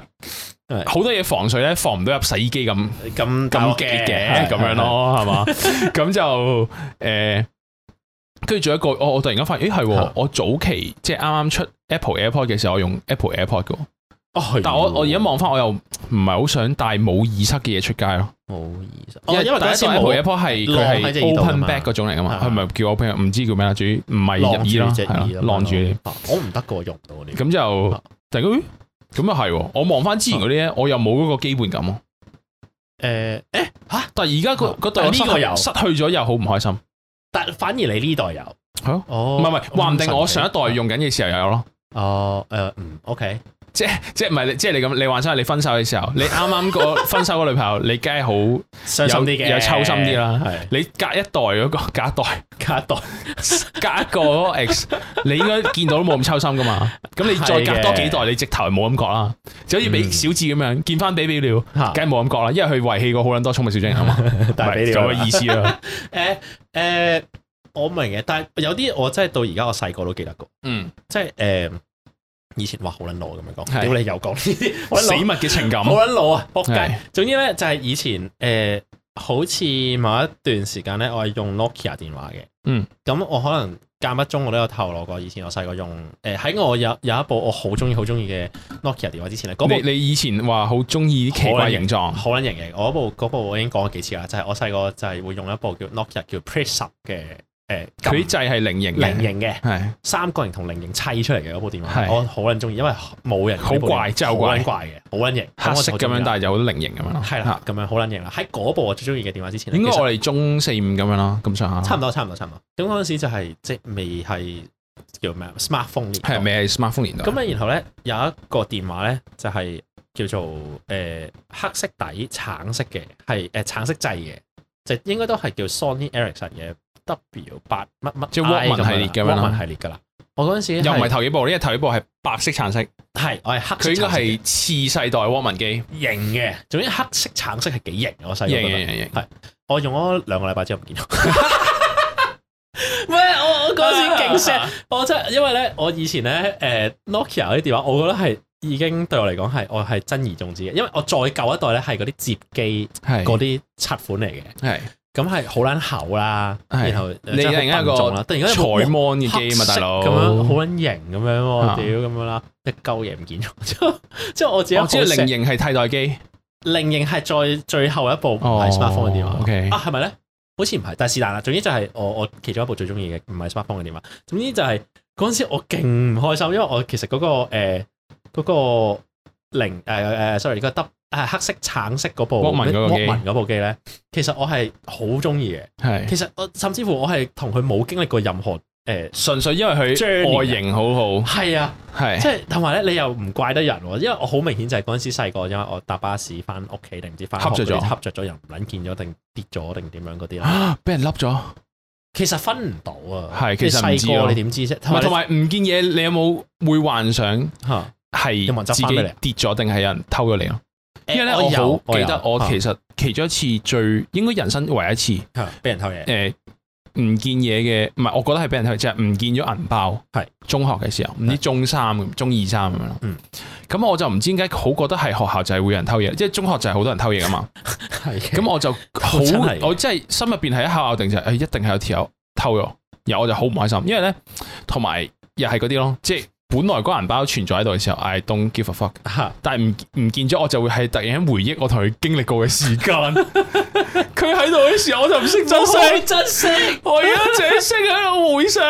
Speaker 2: 係
Speaker 1: 好多嘢防水咧，防唔到入洗衣機咁
Speaker 2: 咁
Speaker 1: 咁嘅嘅咁樣。咯，係嘛？咁就誒，跟住仲有一個，我我突然間發現，咦係喎
Speaker 2: 嚇，
Speaker 1: 我早期即係啱啱出 Apple AirPod 嘅時候，我用 Apple AirPod 嘅喎，
Speaker 2: 哦，
Speaker 1: 但我我而家望翻，我又唔係好想帶冇耳塞嘅嘢出街咯。
Speaker 2: 冇意思，
Speaker 1: 因
Speaker 2: 哦，
Speaker 1: 為
Speaker 2: 因為
Speaker 1: 第
Speaker 2: 第一
Speaker 1: 一次
Speaker 2: 次
Speaker 1: 冇
Speaker 2: 冇
Speaker 1: 一波係
Speaker 2: 晾
Speaker 1: 佢
Speaker 2: 喺隻
Speaker 1: 係
Speaker 2: 耳度㗎
Speaker 1: open
Speaker 2: 嘛
Speaker 1: back 嗰種嚟噶嘛，
Speaker 2: 啊
Speaker 1: 佢咪叫 open back，唔知叫咩啦，主要唔係入耳啦，
Speaker 2: 隻
Speaker 1: 係啦，晾住你。
Speaker 2: 啊我唔得嘅喎，用唔到呢啲。
Speaker 1: 咁就
Speaker 2: 啊
Speaker 1: 突然間咦咁又係喎，我望翻之前嗰啲咧，我又冇嗰個基本感喎。
Speaker 2: 誒誒嚇，
Speaker 1: 但係而家個
Speaker 2: 啊
Speaker 1: 嗰
Speaker 2: 但
Speaker 1: 代
Speaker 2: 係呢個有
Speaker 1: 失去咗又好唔開心，
Speaker 2: 但反而你呢代有，
Speaker 1: 係咯，
Speaker 2: 哦
Speaker 1: 唔係唔係，話唔定我上一代
Speaker 2: 用。
Speaker 1: 用緊嘅時候又有咯。
Speaker 2: 哦，誒，嗯，OK，
Speaker 1: 即即唔係你即係你咁，你幻想係你分手嘅時候，你啱啱 個分手個女朋友，你梗係好，
Speaker 2: 傷心啲嘅，
Speaker 1: 有抽心啲啦
Speaker 2: 係
Speaker 1: 你隔一代嗰、個 隔一代
Speaker 2: 加一代，
Speaker 1: 隔一個嗰個 ex，你應該見到都冇咁抽心噶嘛。咁你再
Speaker 2: 係嘅
Speaker 1: 隔多幾代，你直頭係冇感覺啦，就好似俾
Speaker 2: 嗯啊
Speaker 1: 小智咁樣見翻比比了，
Speaker 2: 嚇
Speaker 1: 梗係冇感覺啦，因為佢遺棄過好撚多寵物小精靈啊嘛，
Speaker 2: 但係俾你
Speaker 1: 就個意思啊 啦。
Speaker 2: 誒誒，我明嘅，但係有啲我真係到而家我細個都記得嘅，
Speaker 1: 嗯，
Speaker 2: 即係誒以前哇好撚老咁樣講，
Speaker 1: 係
Speaker 2: 屌你又講呢啲，好撚
Speaker 1: 死
Speaker 2: 老
Speaker 1: 物嘅情感
Speaker 2: 好，撚老啊！仆
Speaker 1: 係
Speaker 2: 街。總之咧，就係以前誒、呃好似某一段時間咧，我係用 Nokia 電話嘅。
Speaker 1: 嗯。
Speaker 2: 咁我可能間不中我都有透露過，以前我細個用誒喺、我有有一部我好中意好中意嘅 Nokia 電話之前咧，嗰
Speaker 1: 你
Speaker 2: 部
Speaker 1: 你以前話好中意啲奇怪形狀，
Speaker 2: 好撚啊型嘅。我嗰部嗰部我已經講過幾次啦，就係、我細個就係會用一部叫 Nokia 叫 Prism 嘅誒
Speaker 1: 佢啲
Speaker 2: 撳
Speaker 1: 掣係菱形
Speaker 2: 菱
Speaker 1: 嘅，
Speaker 2: 形嘅
Speaker 1: 係
Speaker 2: 三角形同菱形砌出嚟嘅嗰部電話，
Speaker 1: 係
Speaker 2: 我好撚中意，因為冇人
Speaker 1: 好怪真係好
Speaker 2: 好
Speaker 1: 怪
Speaker 2: 撚怪嘅，好撚型，
Speaker 1: 黑色咁樣，
Speaker 2: 但
Speaker 1: 但係就好多菱形咁樣咯。
Speaker 2: 係啦，咁樣好撚型啦。喺嗰部我最中意嘅電話之前
Speaker 1: 啊
Speaker 2: 咧，
Speaker 1: 應該
Speaker 2: 其實
Speaker 1: 我哋中四五咁樣啦，咁上下啦。
Speaker 2: 差唔多，差唔多，差唔多。咁嗰陣時就係即係未係叫咩啊 smartphone 年代
Speaker 1: 係未係 smartphone 年代？
Speaker 2: 咁咧，啊然後咧有一個電話咧就係、叫做誒、呃黑色底橙色嘅，係誒、呃橙色掣嘅，就應該都係叫 Sony Ericsson 嘅 W 八乜乜 I 咁樣啦，
Speaker 1: 即係 Walkman 系列咁樣啦
Speaker 2: Walkman 系列㗎啦。我嗰陣時
Speaker 1: 又唔係
Speaker 2: 係
Speaker 1: 頭幾部，呢個頭幾部係白色橙色，
Speaker 2: 係我係黑色，
Speaker 1: 佢應該係次世代 Walkman 機，
Speaker 2: 型嘅，總之黑色橙色係幾型嘅，我細個
Speaker 1: 型
Speaker 2: 覺
Speaker 1: 型
Speaker 2: 得
Speaker 1: 型型。
Speaker 2: 我用咗兩個禮拜之後唔見咗。 喂，我我嗰 陣時勁 sad，我真係因為咧，我以前咧誒、Nokia 嗰啲電話，我覺得係已經對我嚟講係我係珍而重之嘅，因為我再舊一代咧係嗰啲摺機嗰
Speaker 1: 係
Speaker 2: 啲七款嚟嘅，
Speaker 1: 係
Speaker 2: 咁係好撚厚啦，
Speaker 1: 係
Speaker 2: 然後
Speaker 1: 你突然間有
Speaker 2: 有
Speaker 1: 個
Speaker 2: 個啦，突然間有
Speaker 1: 彩
Speaker 2: 個哇
Speaker 1: mon 嘅機嘛，
Speaker 2: 黑色
Speaker 1: 大佬。
Speaker 2: 咁樣好
Speaker 1: 我
Speaker 2: 撚型咁樣喎，
Speaker 1: 啊
Speaker 2: 屌咁樣啦，一鳩嘢唔見咗， 即係即係我自己好
Speaker 1: 知道菱
Speaker 2: sad
Speaker 1: 哦形係替代機，
Speaker 2: 另型係再最後一部唔
Speaker 1: 哦
Speaker 2: 係 smartphone 嘅電話。
Speaker 1: OK，
Speaker 2: 啊，係咪咧？好似唔係，但係是但啦。總之就係我我其中一部最中意嘅，唔係 smartphone 嘅電話。總之就係嗰陣時我勁唔開心，因為我其實嗰、個誒嗰、個零誒誒誒，sorry，嗰個得誒黑色橙色嗰部
Speaker 1: Walkman 嗰個機
Speaker 2: Walkman 嗰部機咧，其實我係好中意嘅。
Speaker 1: 係
Speaker 2: 其實我甚至乎我係同佢冇經歷過任何誒。
Speaker 1: 純粹因為佢
Speaker 2: Journey
Speaker 1: 外形好好，
Speaker 2: 係啊，即
Speaker 1: 係
Speaker 2: 係同埋咧，你又唔怪得人喎，因為我好明顯就係嗰陣時細個，因為我搭巴士翻屋企定唔知翻
Speaker 1: 恰
Speaker 2: 學
Speaker 1: 着咗
Speaker 2: 恰着咗人唔撚見咗定跌咗定點樣嗰啲啦。
Speaker 1: 啊俾人笠咗，
Speaker 2: 其實分唔到啊，
Speaker 1: 係其實唔
Speaker 2: 你
Speaker 1: 知
Speaker 2: 細
Speaker 1: 咯
Speaker 2: 個你點知啫？
Speaker 1: 同埋同埋唔見嘢，你有冇會幻想
Speaker 2: 嚇，有
Speaker 1: 係
Speaker 2: 冇人
Speaker 1: 自
Speaker 2: 執返俾你啊
Speaker 1: 己跌咗定係有人偷咗你啊咯？因為咧，
Speaker 2: 誒
Speaker 1: 我
Speaker 2: 有啊
Speaker 1: 好記得
Speaker 2: 有
Speaker 1: 我其
Speaker 2: 嚇
Speaker 1: 實其中一次最應該人生唯一一次。
Speaker 2: 嚇俾人偷嘢，
Speaker 1: 誒唔見嘢嘅，唔係我覺得係俾人睇，即係唔見咗銀包。
Speaker 2: 係
Speaker 1: 中學嘅時候，唔知
Speaker 2: 係
Speaker 1: 中三咁、中二三咁樣咯。
Speaker 2: 嗯，
Speaker 1: 咁我就唔知點解好覺得係學校就係會有人偷嘢，即係中學就係好多人偷嘢噶嘛。
Speaker 2: 係
Speaker 1: 咁
Speaker 2: 咁
Speaker 1: 我就好
Speaker 2: 真係，嘅
Speaker 1: 我真係心入邊係一下咬定就係、誒哎一定係有條友偷咗，然後我就好唔開心，因為咧同埋又係嗰啲咯，即係本來嗰銀包存在喺度嘅時候，I don't give a fuck。
Speaker 2: 嚇
Speaker 1: 但係唔唔見咗，我就會係突然間回憶我同佢經歷過嘅 時間。啊佢喺度嘅時候，我就唔識珍惜。
Speaker 2: 珍惜，
Speaker 1: 我而家哎自己識喺度回想，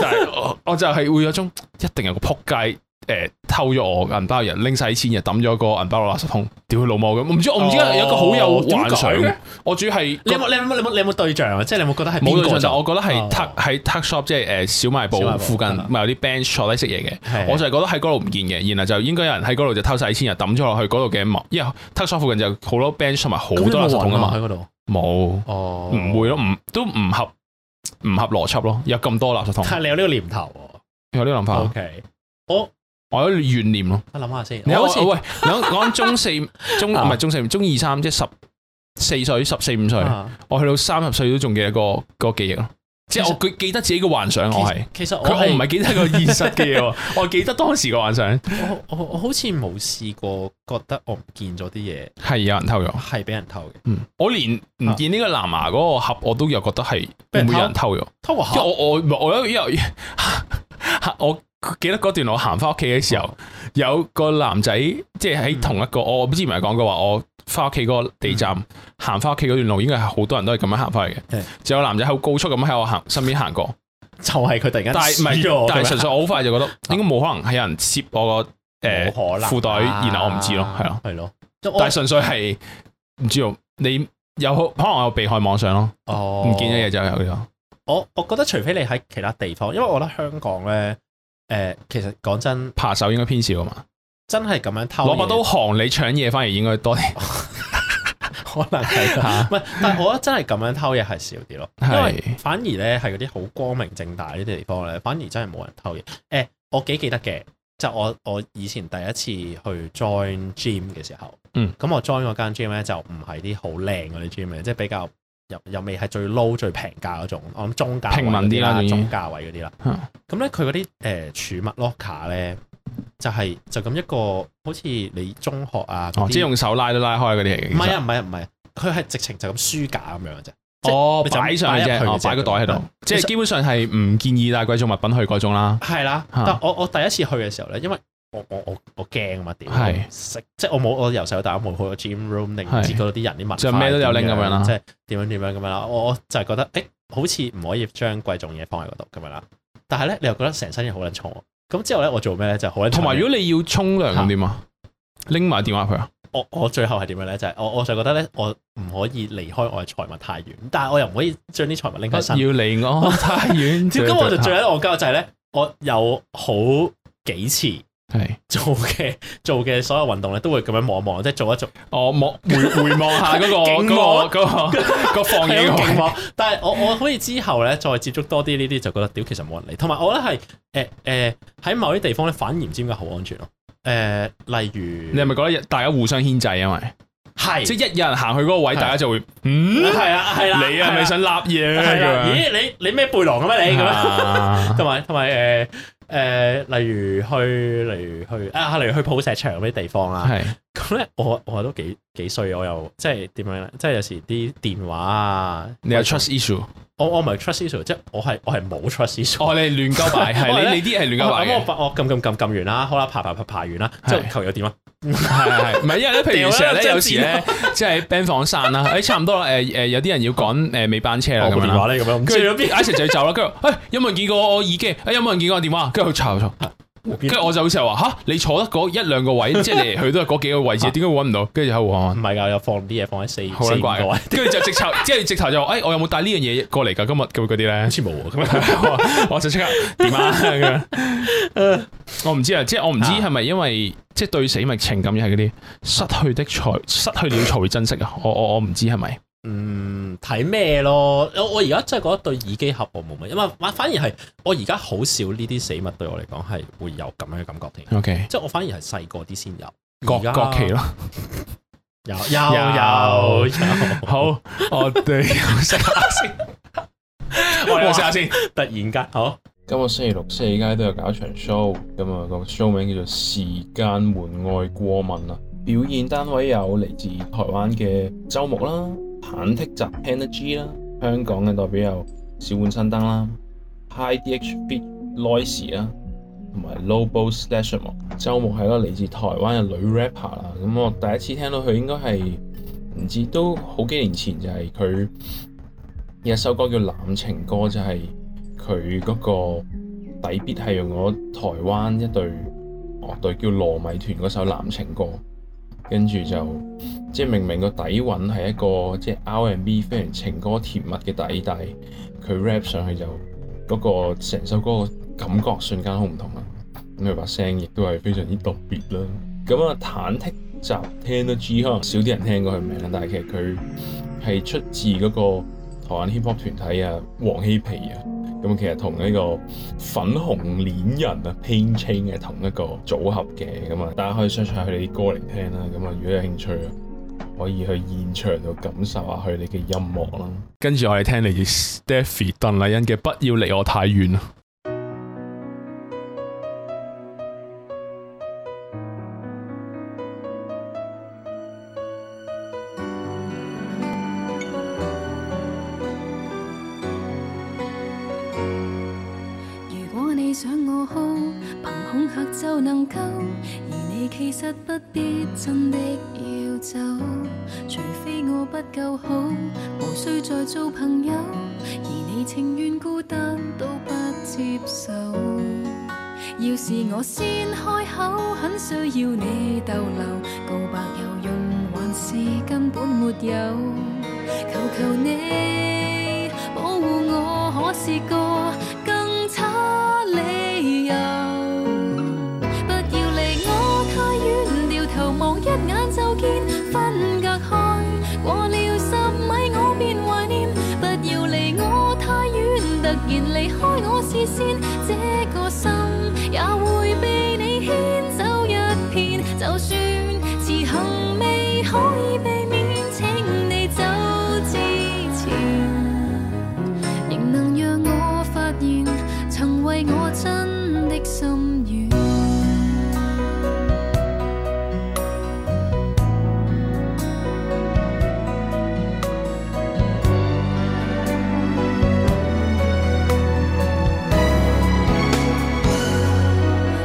Speaker 1: 但係我我就係會有種一定有個仆街誒偷咗我銀包嘅人拎晒啲錢，又抌咗個銀包落垃圾桶，屌佢老母咁。我唔知我唔知
Speaker 2: 哦
Speaker 1: 有一個好有幻
Speaker 2: 點解嘅
Speaker 1: 想，我主要係
Speaker 2: 你有冇你有冇你有冇你有冇對象啊？即係你有冇覺得係
Speaker 1: 冇對
Speaker 2: 邊個
Speaker 1: 象就
Speaker 2: 做
Speaker 1: 我覺得係
Speaker 2: 哦
Speaker 1: tuck 喺 tuck shop 即係誒小賣
Speaker 2: 小賣
Speaker 1: 部
Speaker 2: 部
Speaker 1: 附近
Speaker 2: 係啦
Speaker 1: 咪有啲 bench 坐低食嘢嘅。
Speaker 2: 係
Speaker 1: 我就係覺得喺嗰度唔見嘅，然後就應該有人喺嗰度就偷晒啲錢，又抌咗落去嗰度嘅物，因為 tuck shop 附近就好多 bench 同埋好
Speaker 2: 咁
Speaker 1: 多垃圾桶
Speaker 2: 你
Speaker 1: 啊
Speaker 2: 冇
Speaker 1: 嘛
Speaker 2: 揾，喺嗰度，
Speaker 1: 冇。
Speaker 2: 哦
Speaker 1: 唔會咯，唔都唔合唔合邏輯咯，有咁多垃圾桶
Speaker 2: 但，係你有呢個念頭
Speaker 1: 有呢個諗
Speaker 2: 喎。
Speaker 1: 法，
Speaker 2: OK，我
Speaker 1: 我有怨念咯。
Speaker 2: 我諗下先，
Speaker 1: 你
Speaker 2: 我
Speaker 1: 我
Speaker 2: 好似
Speaker 1: 喂，你講講中 四中唔
Speaker 2: 啊
Speaker 1: 係中四，中二三即係十四歲、十四五歲，
Speaker 2: 啊
Speaker 1: 我去到三十歲都仲記得個個記憶咯，即係
Speaker 2: 其實
Speaker 1: 我記記得自己嘅幻想，我係
Speaker 2: 其實我
Speaker 1: 佢我唔
Speaker 2: 係
Speaker 1: 係記得個現實嘅嘢喎， 我記得當時個幻想
Speaker 2: 我我我好似冇試過覺得我唔見咗啲嘢
Speaker 1: 係有人偷咗，
Speaker 2: 係俾人偷嘅，
Speaker 1: 嗯，我連唔見呢個藍牙嗰個盒我都有覺得係
Speaker 2: 啊俾
Speaker 1: 會
Speaker 2: 人
Speaker 1: 唔
Speaker 2: 偷
Speaker 1: 會有人偷咗。
Speaker 2: 偷個
Speaker 1: 因為
Speaker 2: 盒
Speaker 1: 我我我因為我記得嗰段我行翻屋企嘅時候，有個男仔即係
Speaker 2: 嗯
Speaker 1: 喺同一個，我之前咪講過話，我翻屋企嗰個地站行翻屋企嗰段路，應該係好多人都係咁樣行翻去嘅
Speaker 2: 嗯係。
Speaker 1: 就有男仔好高速咁喺我行身邊行過，
Speaker 2: 就係佢突然間
Speaker 1: 但係唔
Speaker 2: 黐咗
Speaker 1: 係
Speaker 2: 我，
Speaker 1: 但係
Speaker 2: 咁樣
Speaker 1: 純粹我好快就覺得應該冇可能係有人攝我個誒
Speaker 2: 啊冇可能
Speaker 1: 呃褲袋，
Speaker 2: 啊
Speaker 1: 然後我唔知咯，係咯。
Speaker 2: 係咯，即係我
Speaker 1: 但係純粹係唔知道你有可能有被害妄想咯，
Speaker 2: 哦
Speaker 1: 唔見咗嘢就有咗。
Speaker 2: 我我覺得除非你喺其他地方，因為我覺得香港咧，誒、其實講真，
Speaker 1: 扒手應該偏少啊嘛，
Speaker 2: 真係咁樣偷嘢
Speaker 1: 攞把刀行你搶嘢反而應該多啲。
Speaker 2: 可能係
Speaker 1: 嚇
Speaker 2: 唔係？但係我覺得真係咁樣偷嘢係少啲咯，因
Speaker 1: 啊係
Speaker 2: 為反而咧係嗰啲好光明正大呢啲地方咧，反而真係冇人偷嘢。誒、我幾記得嘅，就我我以前第一次去 join gym 嘅時候，
Speaker 1: 嗯，
Speaker 2: 咁我 join 嗰間 gym 咧就唔係啲好靚嗰啲 gym 嘅，即係比較又又未係最 low 最平價嗰種，我諗中價位
Speaker 1: 平民
Speaker 2: 嗰
Speaker 1: 啲啦
Speaker 2: 啦，
Speaker 1: 已經
Speaker 2: 中價位嗰啲啦。
Speaker 1: 嗯
Speaker 2: 咁咧佢嗰啲誒儲物 locker 咧，就係、就咁一個好似你中學啊嗰
Speaker 1: 哦，
Speaker 2: 啲
Speaker 1: 即係用手拉都拉開嗰啲嚟嘅。
Speaker 2: 唔係
Speaker 1: 啊，
Speaker 2: 啊，唔係啊，唔係啊，佢係直情就咁書架咁樣嘅啫。即係
Speaker 1: 哦，
Speaker 2: 你就
Speaker 1: 擺上去
Speaker 2: 擺入
Speaker 1: 啫，
Speaker 2: 去
Speaker 1: 哦
Speaker 2: 嘅啫
Speaker 1: 擺個袋喺度
Speaker 2: 嗯，
Speaker 1: 即
Speaker 2: 其
Speaker 1: 係
Speaker 2: 實
Speaker 1: 基本上係唔建議帶貴重物品去嗰種啦。
Speaker 2: 係啦，
Speaker 1: 嚇
Speaker 2: 但我我第一次去嘅時候咧，因為我我我我驚啊嘛，屌，
Speaker 1: 係
Speaker 2: 我唔識即係我冇我由細到大都冇去過 gym room 定唔
Speaker 1: 係
Speaker 2: 知嗰啲人啲文化
Speaker 1: 就咩都有拎
Speaker 2: 點
Speaker 1: 咁樣啦
Speaker 2: 即係點樣點樣咁樣啦。我我就係覺得誒，好似唔可以將貴重嘢放喺嗰度咁樣啦。但係咧，你又覺得成身嘢好撚重喎。咁之後咧，我做咩咧就好撚重
Speaker 1: 同埋
Speaker 2: 嘅
Speaker 1: 如果你要沖涼咁點啊？拎埋電話佢啊？
Speaker 2: 我我最後係點樣咧？就係、我我就覺得咧，我唔可以離開我嘅財物太遠，但係我又唔可以將啲財物拎
Speaker 1: 不
Speaker 2: 翻
Speaker 1: 要
Speaker 2: 身。
Speaker 1: 離我太遠。
Speaker 2: 咁我就最喺戇鳩就係咧，我有好幾次
Speaker 1: 係
Speaker 2: 做嘅 做嘅所有運動咧，都會咁樣望一望，即係做一做，
Speaker 1: 我哦望 回回望下嗰
Speaker 2: 勁
Speaker 1: 個嗰
Speaker 2: 望
Speaker 1: 個嗰個個放
Speaker 2: 係
Speaker 1: 映
Speaker 2: 好哦勁
Speaker 1: 嘅位。
Speaker 2: 喎。但係我我好似之後咧，再接觸多啲呢啲，就覺得屌其實冇人理。同埋我覺得係誒誒喺某啲地方咧，反而唔知點解好安全咯。誒、例如
Speaker 1: 你係咪覺得大家互相牽制？因為
Speaker 2: 係
Speaker 1: 即係一有人行去嗰個位，
Speaker 2: 係
Speaker 1: 大家就會嗯，
Speaker 2: 係啊係啦，
Speaker 1: 你係咪想立嘢
Speaker 2: 係啦？
Speaker 1: 咁樣？
Speaker 2: 咦你你咩背囊嘅咩你咁樣？
Speaker 1: 啊
Speaker 2: 同埋同埋誒誒，例如去例如去啊，例如去抱石場嗰啲地方啊啦。
Speaker 1: 係
Speaker 2: 咁咧，我我都幾幾衰，我又即係點樣咧？即係有時啲電話啊，
Speaker 1: 你有 trust issue？
Speaker 2: 我我唔係 trust issue，即係我係我係冇 trust issue。
Speaker 1: 哦，你係亂鳩擺，
Speaker 2: 我係
Speaker 1: 係
Speaker 2: 咧哦
Speaker 1: 你你啲係亂鳩擺
Speaker 2: 咁
Speaker 1: 嘅
Speaker 2: 我。發我撳撳撳撳完啦，好啦，排排排排完啦，之後
Speaker 1: 係
Speaker 2: 求友點啊？
Speaker 1: 係係，唔係因 為咧，譬如
Speaker 2: 掉啦
Speaker 1: 成日咧，
Speaker 2: 張
Speaker 1: 有時咧，即係 band 房散啦，誒差唔多啦，誒誒有啲人要趕誒尾班車啦啊
Speaker 2: 我
Speaker 1: 咁
Speaker 2: 部
Speaker 1: 樣
Speaker 2: 電
Speaker 1: 啦
Speaker 2: 哦話，咧咁樣，唔
Speaker 1: 哦跟
Speaker 2: 知
Speaker 1: 住哎
Speaker 2: 咗邊啊
Speaker 1: i s 就要走啦，跟住誒有冇人見過我耳機？誒哎有冇人見過我電話？跟住佢查查，跟住我就好似 話吓，你坐得嗰一兩個位，即係你去都係嗰幾個位置，點解會揾唔到？跟住就喺度揾揾，
Speaker 2: 唔係㗎，有放啲嘢放喺四
Speaker 1: 好
Speaker 2: 四
Speaker 1: 撚
Speaker 2: 五個
Speaker 1: 怪
Speaker 2: 位，好，
Speaker 1: 跟住就直頭，即係直頭就話哎誒我有冇帶呢樣嘢過嚟㗎？今日咁嗰啲咧。
Speaker 2: 似冇喎咁樣。
Speaker 1: 我 我就即刻點 啊咁樣。我唔知啊，即係我唔知係咪因為即係對死物情感又係嗰啲失去的才失去了才會珍惜啊！我我我唔知係咪
Speaker 2: 嗯，睇咩咯？我我而家真係覺得對耳機盒我冇乜，因為反反而係我而家好少呢啲死物對我嚟講係會有咁樣嘅感覺添，
Speaker 1: ？OK，
Speaker 2: 即係我反而係細個啲先有。
Speaker 1: 國
Speaker 2: 而家
Speaker 1: 國旗咯。
Speaker 2: 有
Speaker 1: 有
Speaker 2: 有有有，
Speaker 1: 好，我哋休息下先。 我哋休息下先。
Speaker 2: 突然間好
Speaker 3: 今個星期六、星期街都有搞場 show，咁啊個 show 名叫做《時間門外過問》啊。表演單位有嚟自台灣嘅周木啦、忐忑集 Energy 啦，香港嘅代表有小碗新燈啦、High DH Fit Noise 啦，同埋 Lobo Slash 啊。周木係一個嚟自台灣嘅女 rapper 啦，咁我第一次聽到佢應該係唔知都好幾年前，就係佢有一首歌叫《濫情歌》，就係、佢嗰個底必係用咗台灣一隊樂隊叫糯米團嗰首《藍情歌》，跟住就即係明明個底韻係一個即係 R&B 非常情歌甜蜜嘅底，但係佢 rap 上去就嗰個成首歌嘅感覺瞬間好唔同啦。咁佢把聲亦都係非常之特別啦。咁啊，忐忑集聽都知，可能少啲人聽過佢名啦，但係其實佢係出自嗰個台灣 hip hop 團體啊，黃希皮啊。咁其實同呢個粉紅戀人啊 Pain Chain 嘅同一個組合嘅咁啊，大家可以 search 下佢哋啲歌嚟聽啦。咁啊，如果有興趣啊，可以去現場度感受下佢哋嘅音樂啦。
Speaker 1: 跟住我哋聽嚟自 Stephy 鄧麗欣嘅《不要離我太遠》啊。
Speaker 4: 如果你想我哭，客就能夠，而你其實不必真的要走，除非我不夠好，無需再做朋友，而你情願孤單都不接受。要是我先開口，很需要你逗留，告白有用還是根本沒有？求求你保護我，可是個更差理由。不要離我太遠，掉頭望一眼就見，分隔開過了十米我便懷念。不要離我太遠，突然離開我視線，這個心也會被你牽走一片。就算遲行未可以避免，請你走之前，仍能讓我發現曾為我真的心軟。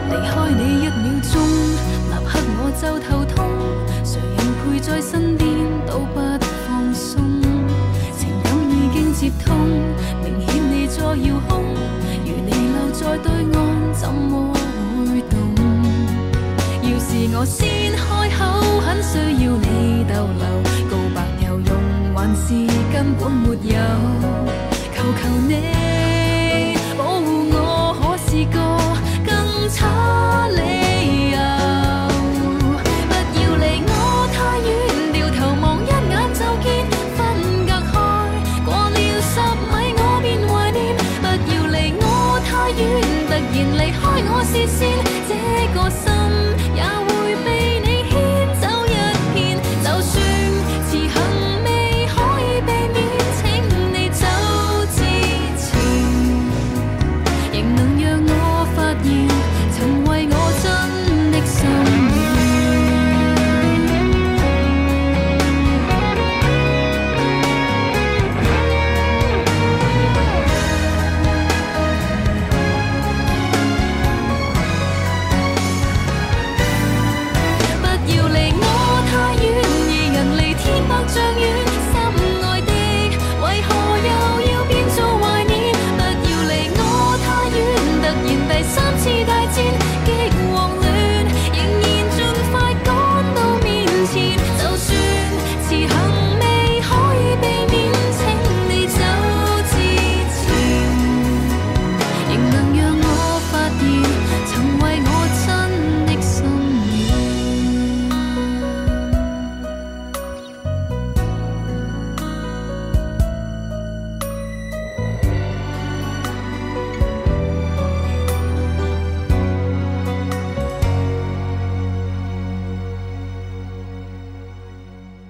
Speaker 4: 離開你一秒鐘，立刻我就頭痛。誰人陪在身邊都不放鬆，情感已經接通，明顯你在遙控。如你留在對岸，怎麼會懂？要是我先開口，很需要你逗留，告白有用還是根本沒有？求求你保護我，可是個更差理由。不要離我太遠，掉頭望一眼就見，分隔開過了十米我便懷念。不要離我太遠，突然離開我視線，這個心也會被你牽走一片。就算遲行未可以避免，請你走之前。仍能讓我發現，曾為我真的心軟。不要離我太遠，二人離天百丈遠。心愛的，為何又要變做懷念？不要離我太遠，突然第三次大戰，極慌亂，仍然盡快趕到面前。就算遲行未可以避免，請你走之前。仍能讓我發現，曾為我真的心軟。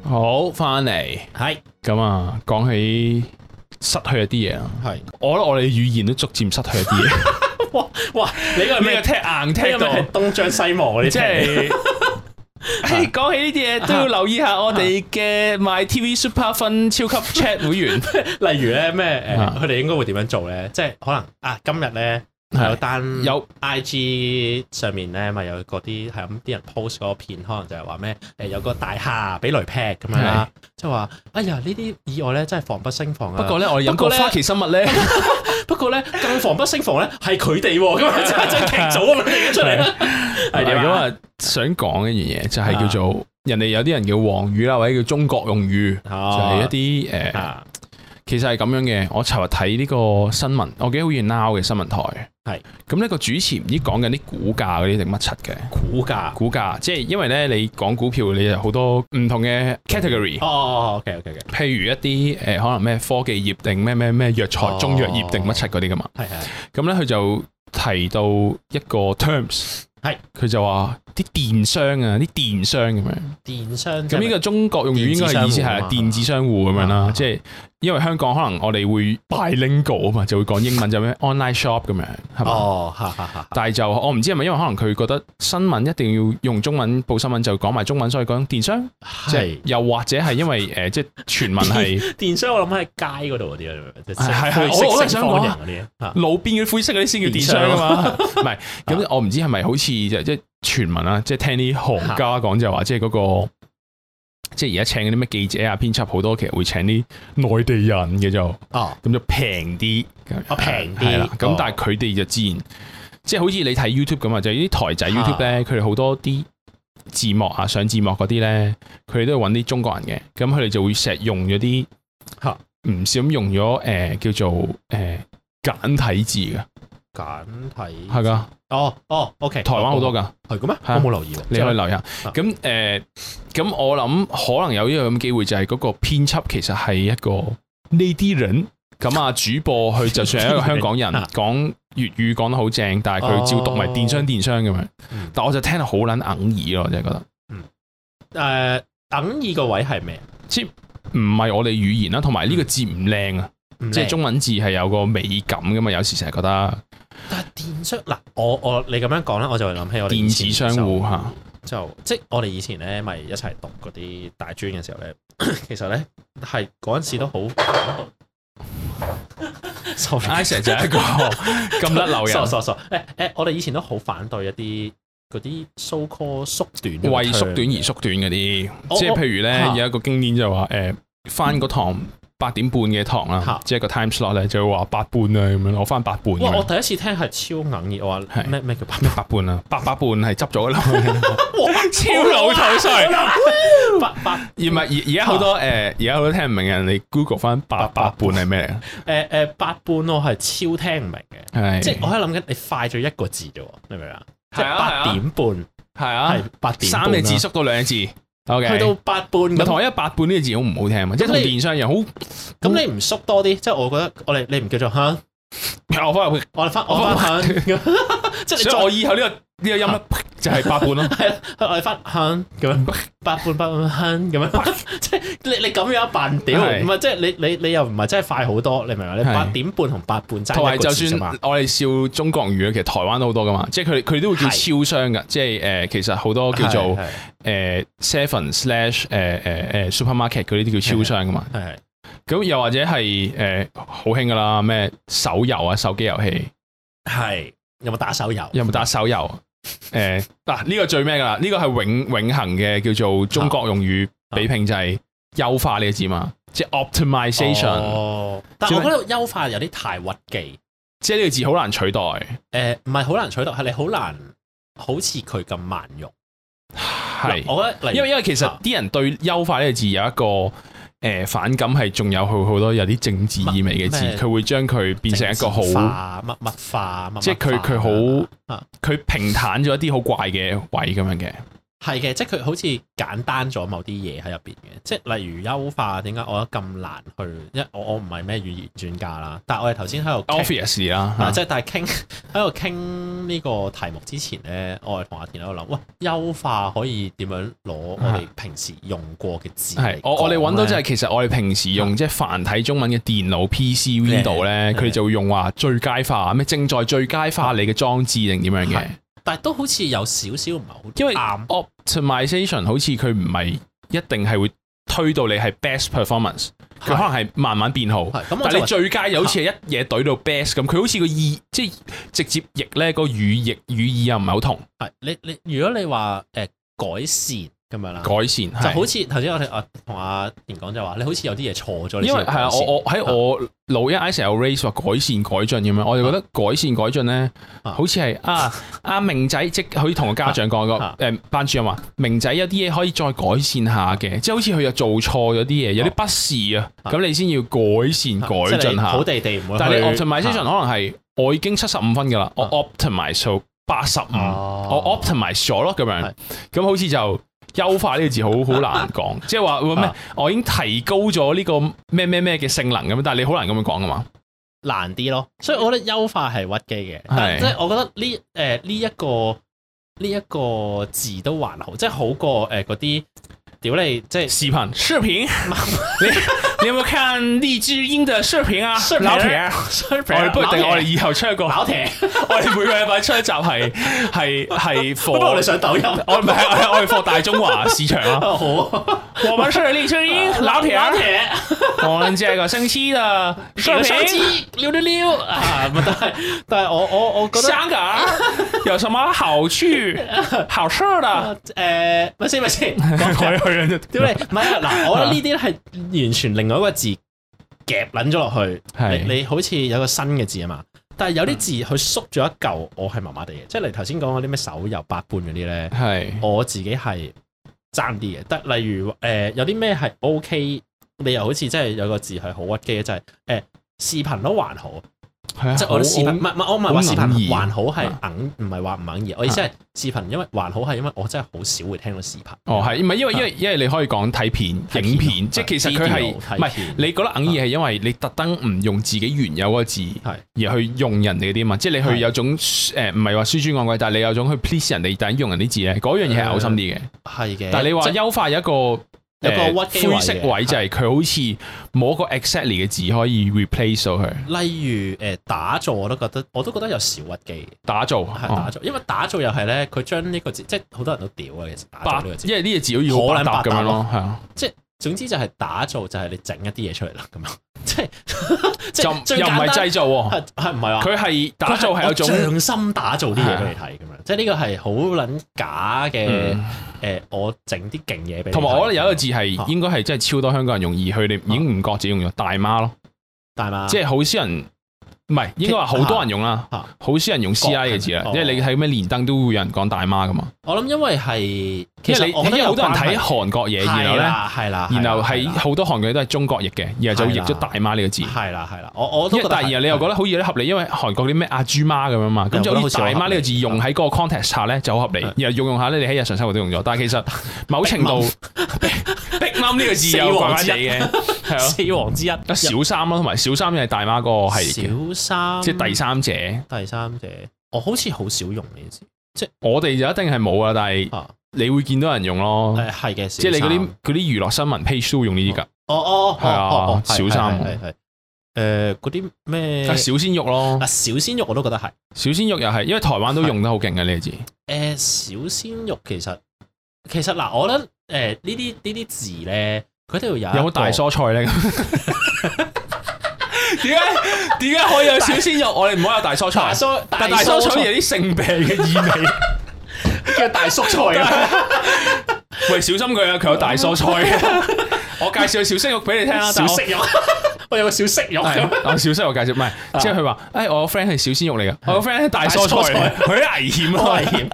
Speaker 1: 好，翻嚟
Speaker 2: 係
Speaker 1: 咁啊，講起失去一啲嘢啊，
Speaker 2: 係，
Speaker 1: 我覺得我哋語言都逐漸失去一啲 嘢，
Speaker 2: 哇哇！你個係
Speaker 1: 呢
Speaker 2: 咩
Speaker 1: 個踢硬踢
Speaker 2: 呢個
Speaker 1: 到
Speaker 2: 咪，係東張西望嗰啲
Speaker 1: 即
Speaker 2: 聽？
Speaker 1: 係。唉講起呢啲嘢都要留意下我哋嘅 My TV Super Fun 超級 Chat 會 員，
Speaker 2: 例如咧咩誒
Speaker 1: 啊，
Speaker 2: 佢哋應該會點樣做咧？即係可能啊，今日咧
Speaker 1: 係
Speaker 2: 有單
Speaker 1: 有
Speaker 2: IG 上面咧，咪有嗰啲係咁啲人 post 嗰個片，可能就係話咩誒有個大廈俾雷劈咁樣啦，即係話哎呀呢啲意外咧真係防不勝防啊！
Speaker 1: 不過咧我哋飲
Speaker 2: 不過
Speaker 1: 過
Speaker 2: 呢
Speaker 1: 花旗生物 咧，
Speaker 2: 不過咧更防不勝防咧係佢哋喎，咁樣真係真係劇組咁樣出嚟，係點
Speaker 1: 咁
Speaker 2: 啊？
Speaker 1: 啊想講一樣嘢就係叫做人哋有啲人叫黃語啦，或者叫中國用語，就係
Speaker 2: 哦
Speaker 1: 一啲誒。
Speaker 2: 啊
Speaker 1: 其實係咁樣嘅，我尋日睇呢個新聞，我記得好似 Now 嘅新聞台，
Speaker 2: 係
Speaker 1: 咁呢個主持唔知講緊啲股價嗰啲定乜柒嘅
Speaker 2: 股價
Speaker 1: 股價，即係因為咧你講股票，你有好多唔同嘅 category，
Speaker 2: 哦哦，OK OK OK，
Speaker 1: 譬如一啲誒、呃可能咩科技業定咩咩咩藥材
Speaker 2: 哦、
Speaker 1: 中藥業定乜柒嗰啲噶嘛，
Speaker 2: 係係
Speaker 1: 咁咧佢就提到一個 terms，
Speaker 2: 係
Speaker 1: 佢就話啲啲電商啊，啲電商咁樣。
Speaker 2: 電商
Speaker 1: 咁呢個中國用語應該係意思係電
Speaker 2: 電
Speaker 1: 子
Speaker 2: 子
Speaker 1: 商戶咁樣啦
Speaker 2: 啊，
Speaker 1: 即係因為香港可能我哋會 bilingual 啊嘛，就會講英文就咩 online shop 咁樣，係嘛？
Speaker 2: 哦，哈哈哈，
Speaker 1: 但係就我唔知係咪因為可能佢覺得新聞一定要用中文報新聞就講埋中文，所以講電商，即係
Speaker 2: 係
Speaker 1: 又或者係因為誒即係傳聞 係
Speaker 2: 電商，我諗喺街嗰度嗰啲啊，即
Speaker 1: 係係係
Speaker 2: 灰色
Speaker 1: 我我都係
Speaker 2: 正
Speaker 1: 想
Speaker 2: 方
Speaker 1: 講
Speaker 2: 形
Speaker 1: 啊
Speaker 2: 嗰啲啊
Speaker 1: 路邊嘅灰色嗰啲先叫電商啊嘛， 唔係咁我唔知係咪好似即係即係傳聞啊啦，即係聽啲行家講就話即係嗰個。即係而家請嗰啲咩記者啊、編輯好多，其實會請啲內地人嘅就。
Speaker 2: 哦，
Speaker 1: 咁就平啲，咁
Speaker 2: 啊平啲
Speaker 1: 係啦。咁
Speaker 2: 哦
Speaker 1: 但係佢哋就自然，即係好似你睇 YouTube 咁啊，就係呢啲台仔 YouTube
Speaker 2: 啊
Speaker 1: 咧，佢哋好多啲字幕啊、上字幕嗰啲咧，佢哋都係揾啲中國人嘅，咁佢哋就會成日用咗啲
Speaker 2: 嚇
Speaker 1: 唔少咁用咗誒、呃叫做誒、呃簡體字嘅，
Speaker 2: 簡體
Speaker 1: 係噶，
Speaker 2: 哦哦，OK，
Speaker 1: 台灣好多噶，
Speaker 2: 係嘅咩？
Speaker 1: 係啊
Speaker 2: 我冇留意喎，
Speaker 1: 你可以留意下。
Speaker 2: 啊
Speaker 1: 咁誒，咁、我諗可能有呢個咁機會，就係嗰個編輯其實係一個呢啲人。咁啊，主播佢就算係一個香港人，
Speaker 2: 啊哦
Speaker 1: 講粵語講得好正，但係佢照讀埋電商電商咁樣。
Speaker 2: 嗯
Speaker 1: 但我就聽到好撚硬耳咯，我真係覺得
Speaker 2: 誒，等二個位係咩？
Speaker 1: 唔係我哋語言啦，同埋呢個字唔靚啊，
Speaker 2: 唔
Speaker 1: 即係
Speaker 2: 靚
Speaker 1: 中文字係有個美感噶嘛，有時成日覺得
Speaker 2: 但係電商嗱，我我你咁樣講咧，我就會諗起我哋以
Speaker 1: 電
Speaker 2: 前
Speaker 1: 子商戶
Speaker 2: 就
Speaker 1: 嚇，
Speaker 2: 就即係我哋以前咧，咪一齊讀嗰啲大專嘅時候咧， 其實咧係嗰陣時都好 sorry。
Speaker 1: Isaac 就係一 個咁甩流
Speaker 2: 傻
Speaker 1: 人，
Speaker 2: 傻傻！誒誒，我哋以前都好反對一啲嗰啲 so call 縮短嘅
Speaker 1: 為
Speaker 2: term
Speaker 1: 縮短而縮短嗰啲，
Speaker 2: 我
Speaker 1: 即係
Speaker 2: 我
Speaker 1: 譬如咧
Speaker 2: 嚇
Speaker 1: 有一個經典就話誒翻個堂八點半嘅堂啦
Speaker 2: 嚇，
Speaker 1: 即係個 time slot 咧就會話八半啊咁樣，我翻八半咁
Speaker 2: 哇！我
Speaker 1: 樣。
Speaker 2: 第一次聽係超硬熱，我話
Speaker 1: 係
Speaker 2: 咩咩叫八
Speaker 1: 咩八半啊？八八半係執咗啦，超
Speaker 2: 老
Speaker 1: 老土衰。
Speaker 2: 八八
Speaker 1: 而唔係而而家好多誒，而家好多聽唔明嘅人，你 Google 翻八八半係咩
Speaker 2: 誒誒八半，我係超聽唔明
Speaker 1: 嚟㗎？
Speaker 2: 嘅，
Speaker 1: 係
Speaker 2: 即係我喺諗緊你快咗一個字啫喎，你明唔明啊？即
Speaker 1: 係
Speaker 2: 係
Speaker 1: 啊係啊
Speaker 2: 八點半
Speaker 1: 係啊
Speaker 2: 係，八點半
Speaker 1: 三
Speaker 2: 啦
Speaker 1: 隻字縮到兩隻字。O K，
Speaker 2: 去到八半
Speaker 1: 咪同
Speaker 2: 咁，
Speaker 1: 我一八半呢個字好唔好聽啊？即係同
Speaker 2: 咁你
Speaker 1: 電商一樣，好
Speaker 2: 咁你唔縮多啲，即係我覺得我哋你唔叫做哼，
Speaker 1: 我翻入去，
Speaker 2: 我哋翻我翻哼， 即係你
Speaker 1: 所
Speaker 2: 再
Speaker 1: 以我以後呢個呢個音咧就係八半咯。
Speaker 2: 係啦，我哋翻哼咁樣，八半八半哼 咁樣， 即係你你咁樣扮屌，
Speaker 1: 係
Speaker 2: 唔係即係你你你又唔係真係快好多，你明唔明啊？你
Speaker 1: 係
Speaker 2: 八點半同八半
Speaker 1: 同
Speaker 2: 爭
Speaker 1: 埋
Speaker 2: 一
Speaker 1: 就
Speaker 2: 個字
Speaker 1: 算
Speaker 2: 啫嘛，
Speaker 1: 我哋笑中國人語，其實台灣都好多噶嘛，即係佢哋佢哋都會叫
Speaker 2: 係
Speaker 1: 超商噶，即係誒、呃其實好多叫做
Speaker 2: 係
Speaker 1: 誒 seven slash 誒誒誒 supermarket 嗰啲都叫超商噶嘛。
Speaker 2: 係係
Speaker 1: 咁又或者係誒好興噶啦，咩手遊啊，手機遊戲
Speaker 2: 係有冇打手遊？
Speaker 1: 有冇打手遊？誒嗱呢個最咩噶啦？呢、個係永永恆嘅叫做中國用語
Speaker 2: 啊
Speaker 1: 比拼就係優化呢個字嘛，即係 optimization，、
Speaker 2: 哦，但係我覺得優化有啲太屈機，
Speaker 1: 即係呢個字好難取代。
Speaker 2: 誒唔係好難取代，係你好難好似佢咁慢用。
Speaker 1: 係。
Speaker 2: 我覺得
Speaker 1: 因為因為其實
Speaker 2: 啊
Speaker 1: 啲人對優化呢個字有一個誒、呃反感，係仲有好好多有啲政治意味嘅字
Speaker 2: 嗯乜，咩
Speaker 1: 佢會將佢變成一個好，
Speaker 2: 化乜乜化乜，
Speaker 1: 即係佢佢好
Speaker 2: 啊
Speaker 1: 佢平坦咗一啲好怪嘅位咁樣嘅，
Speaker 2: 係嘅，即係佢好似簡單咗某啲嘢喺入邊嘅，即係例如優化點解我覺得咁難去，因為我我唔係咩語言專家啦，但係我哋頭先喺度傾
Speaker 1: obvious 啦，
Speaker 2: 啊，
Speaker 1: 嚇
Speaker 2: 即係但係傾喺度傾呢個題目之前咧，我哋同阿田喺度諗，喂，優化可以點樣攞我哋平時用過嘅字嚟講
Speaker 1: 啊
Speaker 2: 啊
Speaker 1: 係
Speaker 2: 呢？
Speaker 1: 我我哋揾到就係其實我哋平時用即係繁體中文嘅電腦 PC Window 咧，
Speaker 2: 嗯
Speaker 1: 佢哋就會用話最佳化咩正在最佳化你嘅裝置定點樣嘅
Speaker 2: 啊係，但係都好似有少少唔係好
Speaker 1: 因為
Speaker 2: 啱
Speaker 1: optimization 好似佢唔係一定係會推到你係 best performance，佢可
Speaker 2: 係
Speaker 1: 能係慢慢變好。
Speaker 2: 係咁
Speaker 1: 但
Speaker 2: 我
Speaker 1: 係你
Speaker 2: 就
Speaker 1: 最佳又好似係一嘢懟到 best 咁，佢好似個意即係直接譯咧個語譯語義又唔係好同
Speaker 2: 啊係你你，如果你話誒改善咁樣啦，
Speaker 1: 改善，
Speaker 2: 就
Speaker 1: 係
Speaker 2: 好似頭先我哋啊同阿田講就話，你好似有啲嘢錯咗，你
Speaker 1: 因為
Speaker 2: 先
Speaker 1: 係啊，
Speaker 2: 改善
Speaker 1: 我我喺我老一 I 成日有 raise 話改善改進咁樣，我就覺得改善改進咧，
Speaker 2: 啊
Speaker 1: 好似係啊阿明仔即好似同個家長講個
Speaker 2: 啊
Speaker 1: 誒班主任話，明仔有啲嘢可以再改善下嘅，即係好似佢又做錯咗啲嘢，有啲不是啊，
Speaker 2: 啊
Speaker 1: 咁你先要改善
Speaker 2: 啊
Speaker 1: 改
Speaker 2: 即係
Speaker 1: 進
Speaker 2: 你
Speaker 1: 下
Speaker 2: 好。地地唔會去。
Speaker 1: 但係你 optimization 可能係我已經七十五分㗎啦，我
Speaker 2: 啊
Speaker 1: optimize 到八十五，
Speaker 2: 哦
Speaker 1: 我 optimize 咗咯咁樣
Speaker 2: 係，
Speaker 1: 咁好似就優化呢個字好好難 講，即係話喂咩
Speaker 2: 啊？
Speaker 1: 我已經提高咗呢個咩咩咩嘅性能咁，但係你好難咁樣講噶嘛？
Speaker 2: 難啲咯，所以我覺得優化係屈機嘅，但呃
Speaker 1: 係
Speaker 2: 係即係我覺得呢誒呢一個呢一個字都還好，即係好過誒嗰啲屌你即係
Speaker 1: 視頻視頻，你你有冇看荔枝鷹嘅視頻啊？老田，
Speaker 2: 衰
Speaker 1: 我哋不如定我哋以後出一個，
Speaker 2: 搞停，
Speaker 1: 我哋每個禮拜出一集係係係
Speaker 2: 不過我
Speaker 1: for
Speaker 2: 哋上抖音。
Speaker 1: 我唔係我哋我哋 for 大中華市場啊。
Speaker 2: 好 啊，
Speaker 1: 我們是荔枝鷹老田，
Speaker 2: 老鐵，
Speaker 1: 我們這個星期的視 頻，
Speaker 2: 六六六啊！唔係但係但係我我我 覺得
Speaker 1: 香港 有什麼好 去好事的？
Speaker 2: 誒，啊呃咪先咪先，
Speaker 1: 我去 人
Speaker 2: 屌你，唔係啊！嗱，我覺得呢啲咧係完全另外一個字夾撚咗落去。
Speaker 1: 係嗯
Speaker 2: 你你好似有個新嘅字啊嘛，但係有啲字佢縮咗一嚿，我係麻麻地嘅。即係你頭先講嗰啲咩手遊百般嗰啲咧，
Speaker 1: 係
Speaker 2: 我自己係爭啲嘅。得例如誒、呃有啲咩係 OK，你又好似真係有個字係好屈機嘅，就係、誒、視頻都還好，
Speaker 1: 係啊
Speaker 2: 即係我覺得視頻唔
Speaker 1: 好
Speaker 2: 係唔係我唔係話視
Speaker 1: 好硬
Speaker 2: 頻
Speaker 1: 耳
Speaker 2: 還好
Speaker 1: 啊
Speaker 2: 係硬，唔係話唔硬耳。我意思係視頻，因為還好係因為我真係好少會聽到視頻。
Speaker 1: 哦，係，唔係因為因為因為你可以講睇片、
Speaker 2: 啊睇片
Speaker 1: 影片，
Speaker 2: 啊
Speaker 1: 即係其實佢係
Speaker 2: video，睇
Speaker 1: 唔係
Speaker 2: 片
Speaker 1: 你覺得硬嘢係因為你特登唔用自己原有嗰個字，
Speaker 2: 係
Speaker 1: 而去用人哋啲嘛，即係你
Speaker 2: 係
Speaker 1: 去有種誒唔係話輸珠按貴，但係你有種去 please 人哋，但係用人啲字咧，嗰樣嘢係嘔心啲嘅。
Speaker 2: 係嘅，
Speaker 1: 但係你話
Speaker 2: 即
Speaker 1: 優化有一個
Speaker 2: 有個
Speaker 1: 誒
Speaker 2: 屈機位嘅啊
Speaker 1: 灰色位，就係佢好似冇一個 exactly 嘅字可以 replace 到佢
Speaker 2: 例如誒、呃打造我都覺得我都覺得有小屈機，
Speaker 1: 打造，
Speaker 2: 係
Speaker 1: 哦
Speaker 2: 打造，因為打造又係咧，佢將呢個字即係好多人都屌啊，其實打
Speaker 1: 百
Speaker 2: 造呢個，字，
Speaker 1: 因為呢個字好似好百搭咁樣咯，係啊。
Speaker 2: 即係總之就係打造就係你整一啲嘢出嚟啦，咁樣 即係即
Speaker 1: 就
Speaker 2: 係最
Speaker 1: 又唔
Speaker 2: 簡
Speaker 1: 係
Speaker 2: 單
Speaker 1: 製造喎，
Speaker 2: 係係唔係啊？
Speaker 1: 佢係打造係有種嗯
Speaker 2: 我匠心打造啲嘢俾你睇咁樣，即係呢個係好撚假嘅誒、
Speaker 1: 嗯
Speaker 2: 呃我整啲勁嘢俾你睇。
Speaker 1: 同埋我覺得有一個字
Speaker 2: 啊
Speaker 1: 係應該係真係超多香港人用，而佢哋已經唔覺自己用咗大媽咯，
Speaker 2: 大嘛，
Speaker 1: 即係好少人，唔係應該話好多人用啦
Speaker 2: 啊，
Speaker 1: 好少人用 CI 嘅字啦
Speaker 2: 哦，
Speaker 1: 因為你睇咩連登都會有人講大媽噶嘛，
Speaker 2: 我諗因為係其
Speaker 1: 因為你
Speaker 2: 實哦我
Speaker 1: 因
Speaker 2: 覺得
Speaker 1: 為
Speaker 2: 有
Speaker 1: 好多人睇
Speaker 2: 關係
Speaker 1: 韓國嘢，然後
Speaker 2: 係
Speaker 1: 咧。
Speaker 2: 啦係啦，
Speaker 1: 然後
Speaker 2: 係
Speaker 1: 喺
Speaker 2: 啦
Speaker 1: 好多韓國嘢都係中國譯嘅，然後就譯咗大媽呢個字。
Speaker 2: 係啦係啦，我我
Speaker 1: 因
Speaker 2: 都覺
Speaker 1: 為
Speaker 2: 得
Speaker 1: 但係
Speaker 2: 係
Speaker 1: 然後你又覺得好似有啲合理，因為韓國啲咩阿豬媽咁樣嘛，咁
Speaker 2: 又
Speaker 1: 就好似
Speaker 2: 覺
Speaker 1: 大媽
Speaker 2: 得好似好合理
Speaker 1: 呢個字用喺嗰個 context 下咧就好合理，然後用用下咧你喺日常生活都用咗，但係其實某程度 逼冧呢個字又怪怪地嘅，係咯。
Speaker 2: 四王之一，
Speaker 1: 啊小三咯，同埋小三又係大媽嗰個系列嘅，
Speaker 2: 小三，
Speaker 1: 即係第三者。
Speaker 2: 第三者，我好似好少用呢件事
Speaker 1: 我哋就一定係冇啦，但係
Speaker 2: 啊，
Speaker 1: 你會見到人用咯，
Speaker 2: 誒係嘅，
Speaker 1: 嗯即係你嗰啲
Speaker 2: 小三，
Speaker 1: 嗰啲娛樂新聞 page 都會用呢啲㗎，
Speaker 2: 哦哦哦
Speaker 1: 係啊
Speaker 2: 哦哦，
Speaker 1: 小三
Speaker 2: 係係係係誒嗰啲咩
Speaker 1: 啊小鮮肉咯
Speaker 2: 啊，小鮮肉我都覺得係
Speaker 1: 小鮮肉又係，因為台灣都用得好勁嘅呢個字。
Speaker 2: 誒小鮮肉其實其實嗱，我覺得誒呢啲呢啲字咧，佢都要有
Speaker 1: 有
Speaker 2: 一
Speaker 1: 冇
Speaker 2: 個
Speaker 1: 大蔬菜咧？咁 點解點解可以有小鮮肉？我哋唔可以有大蔬菜。
Speaker 2: 大蔬
Speaker 1: 但大蔬菜有
Speaker 2: 嘢
Speaker 1: 啲性病嘅意味。
Speaker 2: 叫大叔菜啊，
Speaker 1: 喂，小心佢啊！佢有大 蔬菜。我介紹 小鮮肉俾你聽啦。
Speaker 2: 小
Speaker 1: 但我
Speaker 2: 食肉， 我有個小食肉
Speaker 1: 係
Speaker 2: 咁。
Speaker 1: 我小鮮肉介紹，唔係即係佢話，誒我個 friend 係小鮮肉嚟㗎，我個 friend 係啊大蔬
Speaker 2: 大蔬
Speaker 1: 菜
Speaker 2: 菜，
Speaker 1: 佢危險
Speaker 2: 好
Speaker 1: 啊！
Speaker 2: 危險。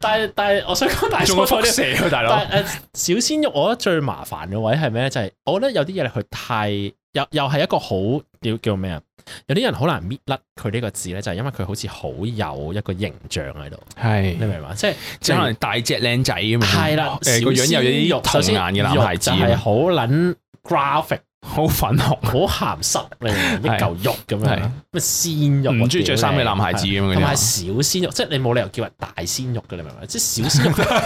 Speaker 2: 但係但係，我想講大
Speaker 1: 仲有
Speaker 2: 蔬菜
Speaker 1: 輻
Speaker 2: 啲。
Speaker 1: 射啊，大佬
Speaker 2: 但。係誒呃小鮮肉，我覺得最麻煩嘅位係咩咧？就係、我覺得有啲嘢佢太又又係一個好叫叫咩啊？有啲人好難搣甩佢呢個字咧，就係、因為佢好似好有一個形象喺度，
Speaker 1: 係
Speaker 2: 你明唔明啊？即係
Speaker 1: 嗯即係可能大隻靚仔咁樣。
Speaker 2: 係啦，
Speaker 1: 誒個樣又有啲童顏嘅男孩子啊
Speaker 2: 小鮮肉就係好撚 graphic，
Speaker 1: 好粉紅。
Speaker 2: 好鹹濕，你明唔明？
Speaker 1: 係
Speaker 2: 一嚿肉咁樣，
Speaker 1: 係
Speaker 2: 咩鮮肉啊
Speaker 1: 唔中意着衫嘅男孩子咁樣嗰啲啊
Speaker 2: 同埋小鮮肉，即係你冇理由叫人大鮮肉嘅，你明唔啊明？即係小鮮 肉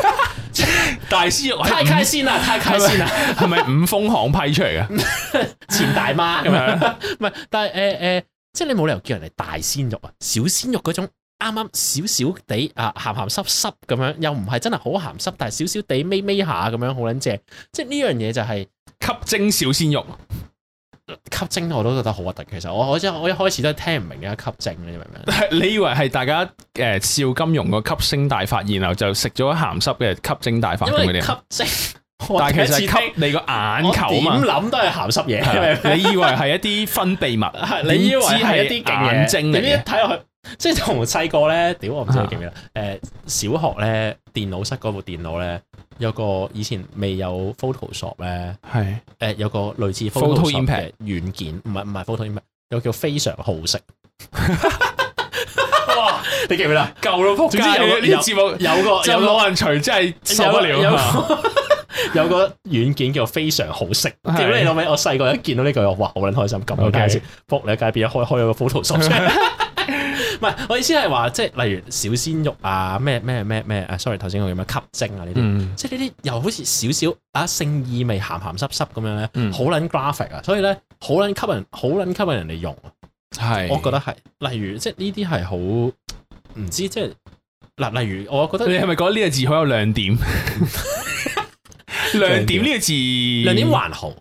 Speaker 1: 大鮮肉
Speaker 2: 太開心啦，太開心啦！
Speaker 1: 係咪五豐行批出嚟 嘅？
Speaker 2: 前大媽 咁
Speaker 1: 係
Speaker 2: 樣， 唔係，但係誒誒，即係你冇理由叫人哋大鮮肉啊，小鮮肉嗰種啱啱少少地啊鹹鹹濕濕咁樣，又唔係真係好鹹濕，但係少少地眯眯下咁樣好撚正，即係呢樣嘢就係、
Speaker 1: 吸精小鮮肉。
Speaker 2: 吸睛我都覺得好核突。其實我我一我一開始都係聽唔明點解吸睛你明唔明？
Speaker 1: 你以為係大家誒邵金融個吸星大法，然後就食咗鹹濕嘅吸精大法咁
Speaker 2: 因
Speaker 1: 嗰
Speaker 2: 為
Speaker 1: 啲
Speaker 2: 吸
Speaker 1: 啊。
Speaker 2: 睛，
Speaker 1: 但係其
Speaker 2: 我第
Speaker 1: 實
Speaker 2: 一次
Speaker 1: 係吸你個眼球啊
Speaker 2: 我
Speaker 1: 嘛
Speaker 2: 點諗都係鹹濕嘢，你
Speaker 1: 係啊，
Speaker 2: 明唔明
Speaker 1: 你以為係一啲分泌物，
Speaker 2: 係你以為係一
Speaker 1: 點
Speaker 2: 啲
Speaker 1: 知
Speaker 2: 勁嘢
Speaker 1: 眼睛嚟
Speaker 2: 點知
Speaker 1: 嘅
Speaker 2: 一睇落去， 即係同細個咧，屌我唔知你記唔記得？誒、小學咧電腦室嗰部電腦咧，有個以前未有 Photoshop 咧，誒、
Speaker 1: 係
Speaker 2: 有個類似
Speaker 1: Photo
Speaker 2: Photoshop
Speaker 1: Impact
Speaker 2: 嘅軟件，唔係唔係 Photo Impact，有個叫非常好色。 哇！你記唔記得？啊
Speaker 1: 夠到撲
Speaker 2: 總之有個
Speaker 1: 呢個節目
Speaker 2: 有個
Speaker 1: 就
Speaker 2: 有個
Speaker 1: 冇人除，真係受不
Speaker 2: 有
Speaker 1: 了啊！
Speaker 2: 個有個 軟件叫非常好色，
Speaker 1: 係
Speaker 2: 屌你老味！我細個一見到呢句，我哇好撚開心，撳咗
Speaker 1: OK
Speaker 2: 街先，仆你一街邊一開開咗個 Photoshop 出嚟唔係我意思係話，即係例如小鮮肉啊，咩咩咩咩啊，sorry，頭先我叫咩吸睛啊呢啲，
Speaker 1: 嗯
Speaker 2: 即係呢啲又好似少少啊性意味鹹鹹濕濕咁樣咧，
Speaker 1: 嗯
Speaker 2: 好撚 graphic 啊，所以咧好撚吸引，好撚吸引人哋用啊。
Speaker 1: 係，
Speaker 2: 我覺得係，例如即係呢啲係好唔知即係嗱，例如我覺得
Speaker 1: 你係咪覺得呢個字好有亮 點？ 亮點呢個字，
Speaker 2: 亮點還好，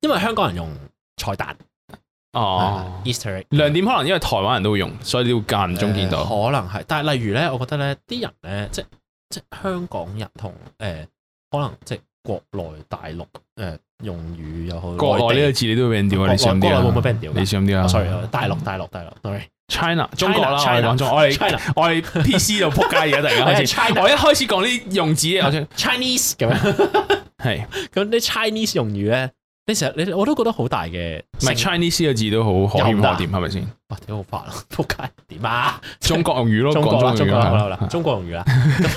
Speaker 2: 因為香港人用彩蛋
Speaker 1: 哦。
Speaker 2: Easter egg
Speaker 1: 亮點可能因為台灣人都會用，所以都會間唔中見
Speaker 2: 呃
Speaker 1: 到。
Speaker 2: 可能係，但係例如咧，我覺得咧啲人咧，即即香港人同誒、呃可能即國內大陸誒、呃用語又好，
Speaker 1: 國內呢個
Speaker 2: 內地
Speaker 1: 字你都會俾人屌啊！
Speaker 2: 國
Speaker 1: 你想唔
Speaker 2: 國內
Speaker 1: 屌
Speaker 2: 會唔會
Speaker 1: 啊？
Speaker 2: 俾人屌㗎
Speaker 1: 你想唔屌啊
Speaker 2: 哦？sorry，大陸大陸大陸，sorry，
Speaker 1: China 中國啊啦，我哋
Speaker 2: China，
Speaker 1: 講中，我哋
Speaker 2: China 哎
Speaker 1: 我哋 PC 就仆街而家突然間開 始，
Speaker 2: China
Speaker 1: 我一開始講啲用字，我 先
Speaker 2: Chinese 咁樣，
Speaker 1: 係唔
Speaker 2: 咁啲 Chinese 用語咧，你成日你我都覺得好大嘅性，
Speaker 1: 係 Chinese 呢個字都好可圈可點係咪先？
Speaker 2: 哇屌好煩啊，仆街點啊？
Speaker 1: 中國用語咯，
Speaker 2: 中國啦，
Speaker 1: 講
Speaker 2: 中
Speaker 1: 中
Speaker 2: 國
Speaker 1: 國
Speaker 2: 啦，好啦
Speaker 1: 用語啊係
Speaker 2: 好啦，中國 用語啦，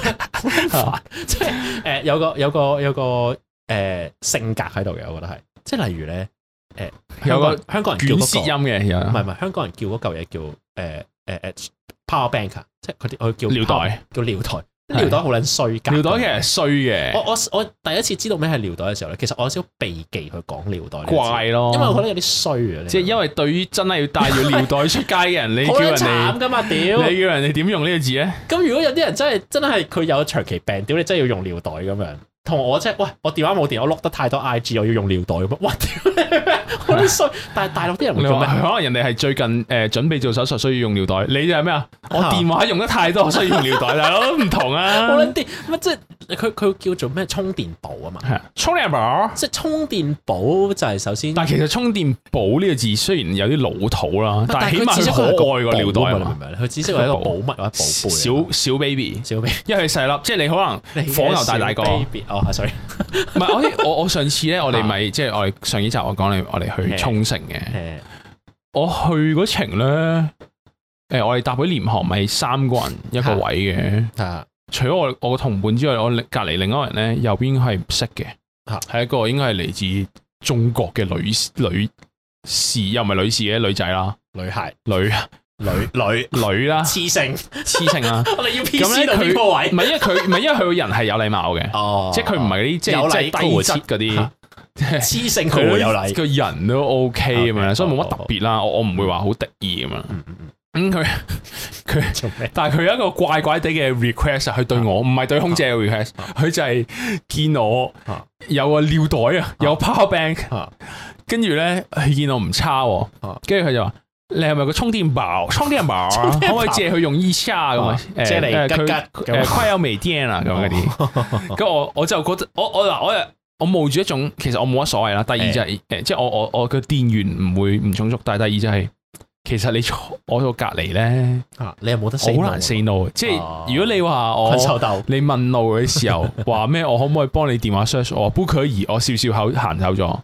Speaker 2: 好煩 即係誒有個有個有個誒、呃性格喺度嘅，我覺得係，即係例如咧誒、
Speaker 1: 有
Speaker 2: 有
Speaker 1: 個
Speaker 2: 個香港人叫
Speaker 1: 卷
Speaker 2: 嗰、
Speaker 1: 舌音啊嘅有
Speaker 2: 個，唔係唔係香港人叫嗰嚿嘢叫誒誒誒 power bank 啊，即係佢哋佢叫
Speaker 1: 尿袋
Speaker 2: power- 叫尿袋，
Speaker 1: 係
Speaker 2: 尿袋好撚衰格，
Speaker 1: 尿袋其實係衰
Speaker 2: 我
Speaker 1: 嘅，
Speaker 2: 我我第一次知道咩係尿袋嘅時候咧，其實我有少少避忌去講尿袋呢個字，
Speaker 1: 怪咯。
Speaker 2: 因為我覺得有啲衰啊，
Speaker 1: 即係因為對於真係要帶住尿袋出街嘅人，你
Speaker 2: 好
Speaker 1: 叫人
Speaker 2: 撚慘
Speaker 1: 哋
Speaker 2: 噶嘛，屌！
Speaker 1: 你叫人哋點用呢個字咧？
Speaker 2: 咁如果有啲人真係真係佢有長期病，屌你真係要用尿袋咁樣，同我即係喂我電話冇電，我碌得太多 I G，我要用尿袋咁樣，哇屌你咩， 好撚衰！但係大陸啲人會
Speaker 1: 你
Speaker 2: 做
Speaker 1: 話
Speaker 2: 咩？
Speaker 1: 可能人哋係啊最近誒準備做手術，需要用尿袋，你就係咩啊？我
Speaker 2: 啊
Speaker 1: 電話用得太多，我需要用 尿袋，大佬唔同啊。
Speaker 2: 好撚啲乜即係佢佢叫做咩充電寶啊嘛，
Speaker 1: 係啊充電寶。
Speaker 2: 即係充電寶就係首先，
Speaker 1: 但係其實充電寶呢個字雖然有啲老土啦，但係起
Speaker 2: 佢
Speaker 1: 碼
Speaker 2: 至
Speaker 1: 佢
Speaker 2: 少
Speaker 1: 可
Speaker 2: 啊佢係個
Speaker 1: 愛過尿
Speaker 2: 寶啊
Speaker 1: 袋啊
Speaker 2: 嘛，你
Speaker 1: 嘛
Speaker 2: 明唔。明？佢至少係一個
Speaker 1: 寶
Speaker 2: 寶物或者寶貝，啊
Speaker 1: 小小 baby，
Speaker 2: 小 B，
Speaker 1: 因為佢細粒，即係你可能 火牛大大個。
Speaker 2: baby 啊哦，sorry，
Speaker 1: 唔係我啲我我上次咧，我哋咪即係我哋上一集我講你我哋去沖繩嘅。
Speaker 2: 誒
Speaker 1: 我去嗰程咧，誒、我哋搭嗰廉航咪三個人一個位嘅，
Speaker 2: 啊
Speaker 1: 除咗我我個同伴之外，我另隔離另一個人咧，右邊係唔識嘅，
Speaker 2: 嚇
Speaker 1: 係一個應該係嚟自中國嘅女女士，又唔係女士嘅女仔啦，
Speaker 2: 女孩
Speaker 1: 女
Speaker 2: 女 女
Speaker 1: 女 啦，
Speaker 2: 雌性，
Speaker 1: 黐性啦，
Speaker 2: 我哋要 P
Speaker 1: 咁
Speaker 2: C
Speaker 1: 咧
Speaker 2: 到呢個
Speaker 1: 佢唔
Speaker 2: 位，
Speaker 1: 係因為佢唔係因為佢個人係有禮貌嘅，
Speaker 2: 哦
Speaker 1: 即係佢唔係嗰啲即
Speaker 2: 有
Speaker 1: 係即
Speaker 2: 禮啊
Speaker 1: 係低質嗰啲
Speaker 2: 嚇。雌性佢
Speaker 1: 佢
Speaker 2: 會有
Speaker 1: 有
Speaker 2: 禮
Speaker 1: 個人都 OK 咁樣，
Speaker 2: OK，
Speaker 1: 所以冇乜
Speaker 2: 好
Speaker 1: 特別啦。我我唔會話好敵意咁樣。
Speaker 2: 嗯嗯嗯，
Speaker 1: 咁佢佢
Speaker 2: 做咩？
Speaker 1: 但係佢有一個怪怪地嘅 request 啊，佢對我唔係對空姐嘅 request，
Speaker 2: 啊
Speaker 1: 佢就係見我
Speaker 2: 啊
Speaker 1: 有個尿袋啊，有 power bank，
Speaker 2: 啊
Speaker 1: 跟住咧佢見我唔差喎
Speaker 2: 啊，
Speaker 1: 跟住佢就話：你係咪個充電 寶？充電寶啊可唔可以借佢用一下咁啊
Speaker 2: 啊？
Speaker 1: 誒
Speaker 2: 借
Speaker 1: 誒
Speaker 2: 嚟
Speaker 1: 佢
Speaker 2: 吉吉咁啊
Speaker 1: 誒快有微電啦咁嗰啲。 咁我我就覺得我我嗱我我冒住一種其實我冇乜所謂啦。第二就係誒，即係我我我個電源唔會唔充足，但係第二就係其實你坐我個隔離咧。
Speaker 2: 啊！你又冇得死，
Speaker 1: 好難 say no，即
Speaker 2: 哦
Speaker 1: 係如果你話我
Speaker 2: 困獸鬥
Speaker 1: 你問路嘅時候話咩，我可唔可以幫你電話 search 我？不可以，我笑笑口行走咗，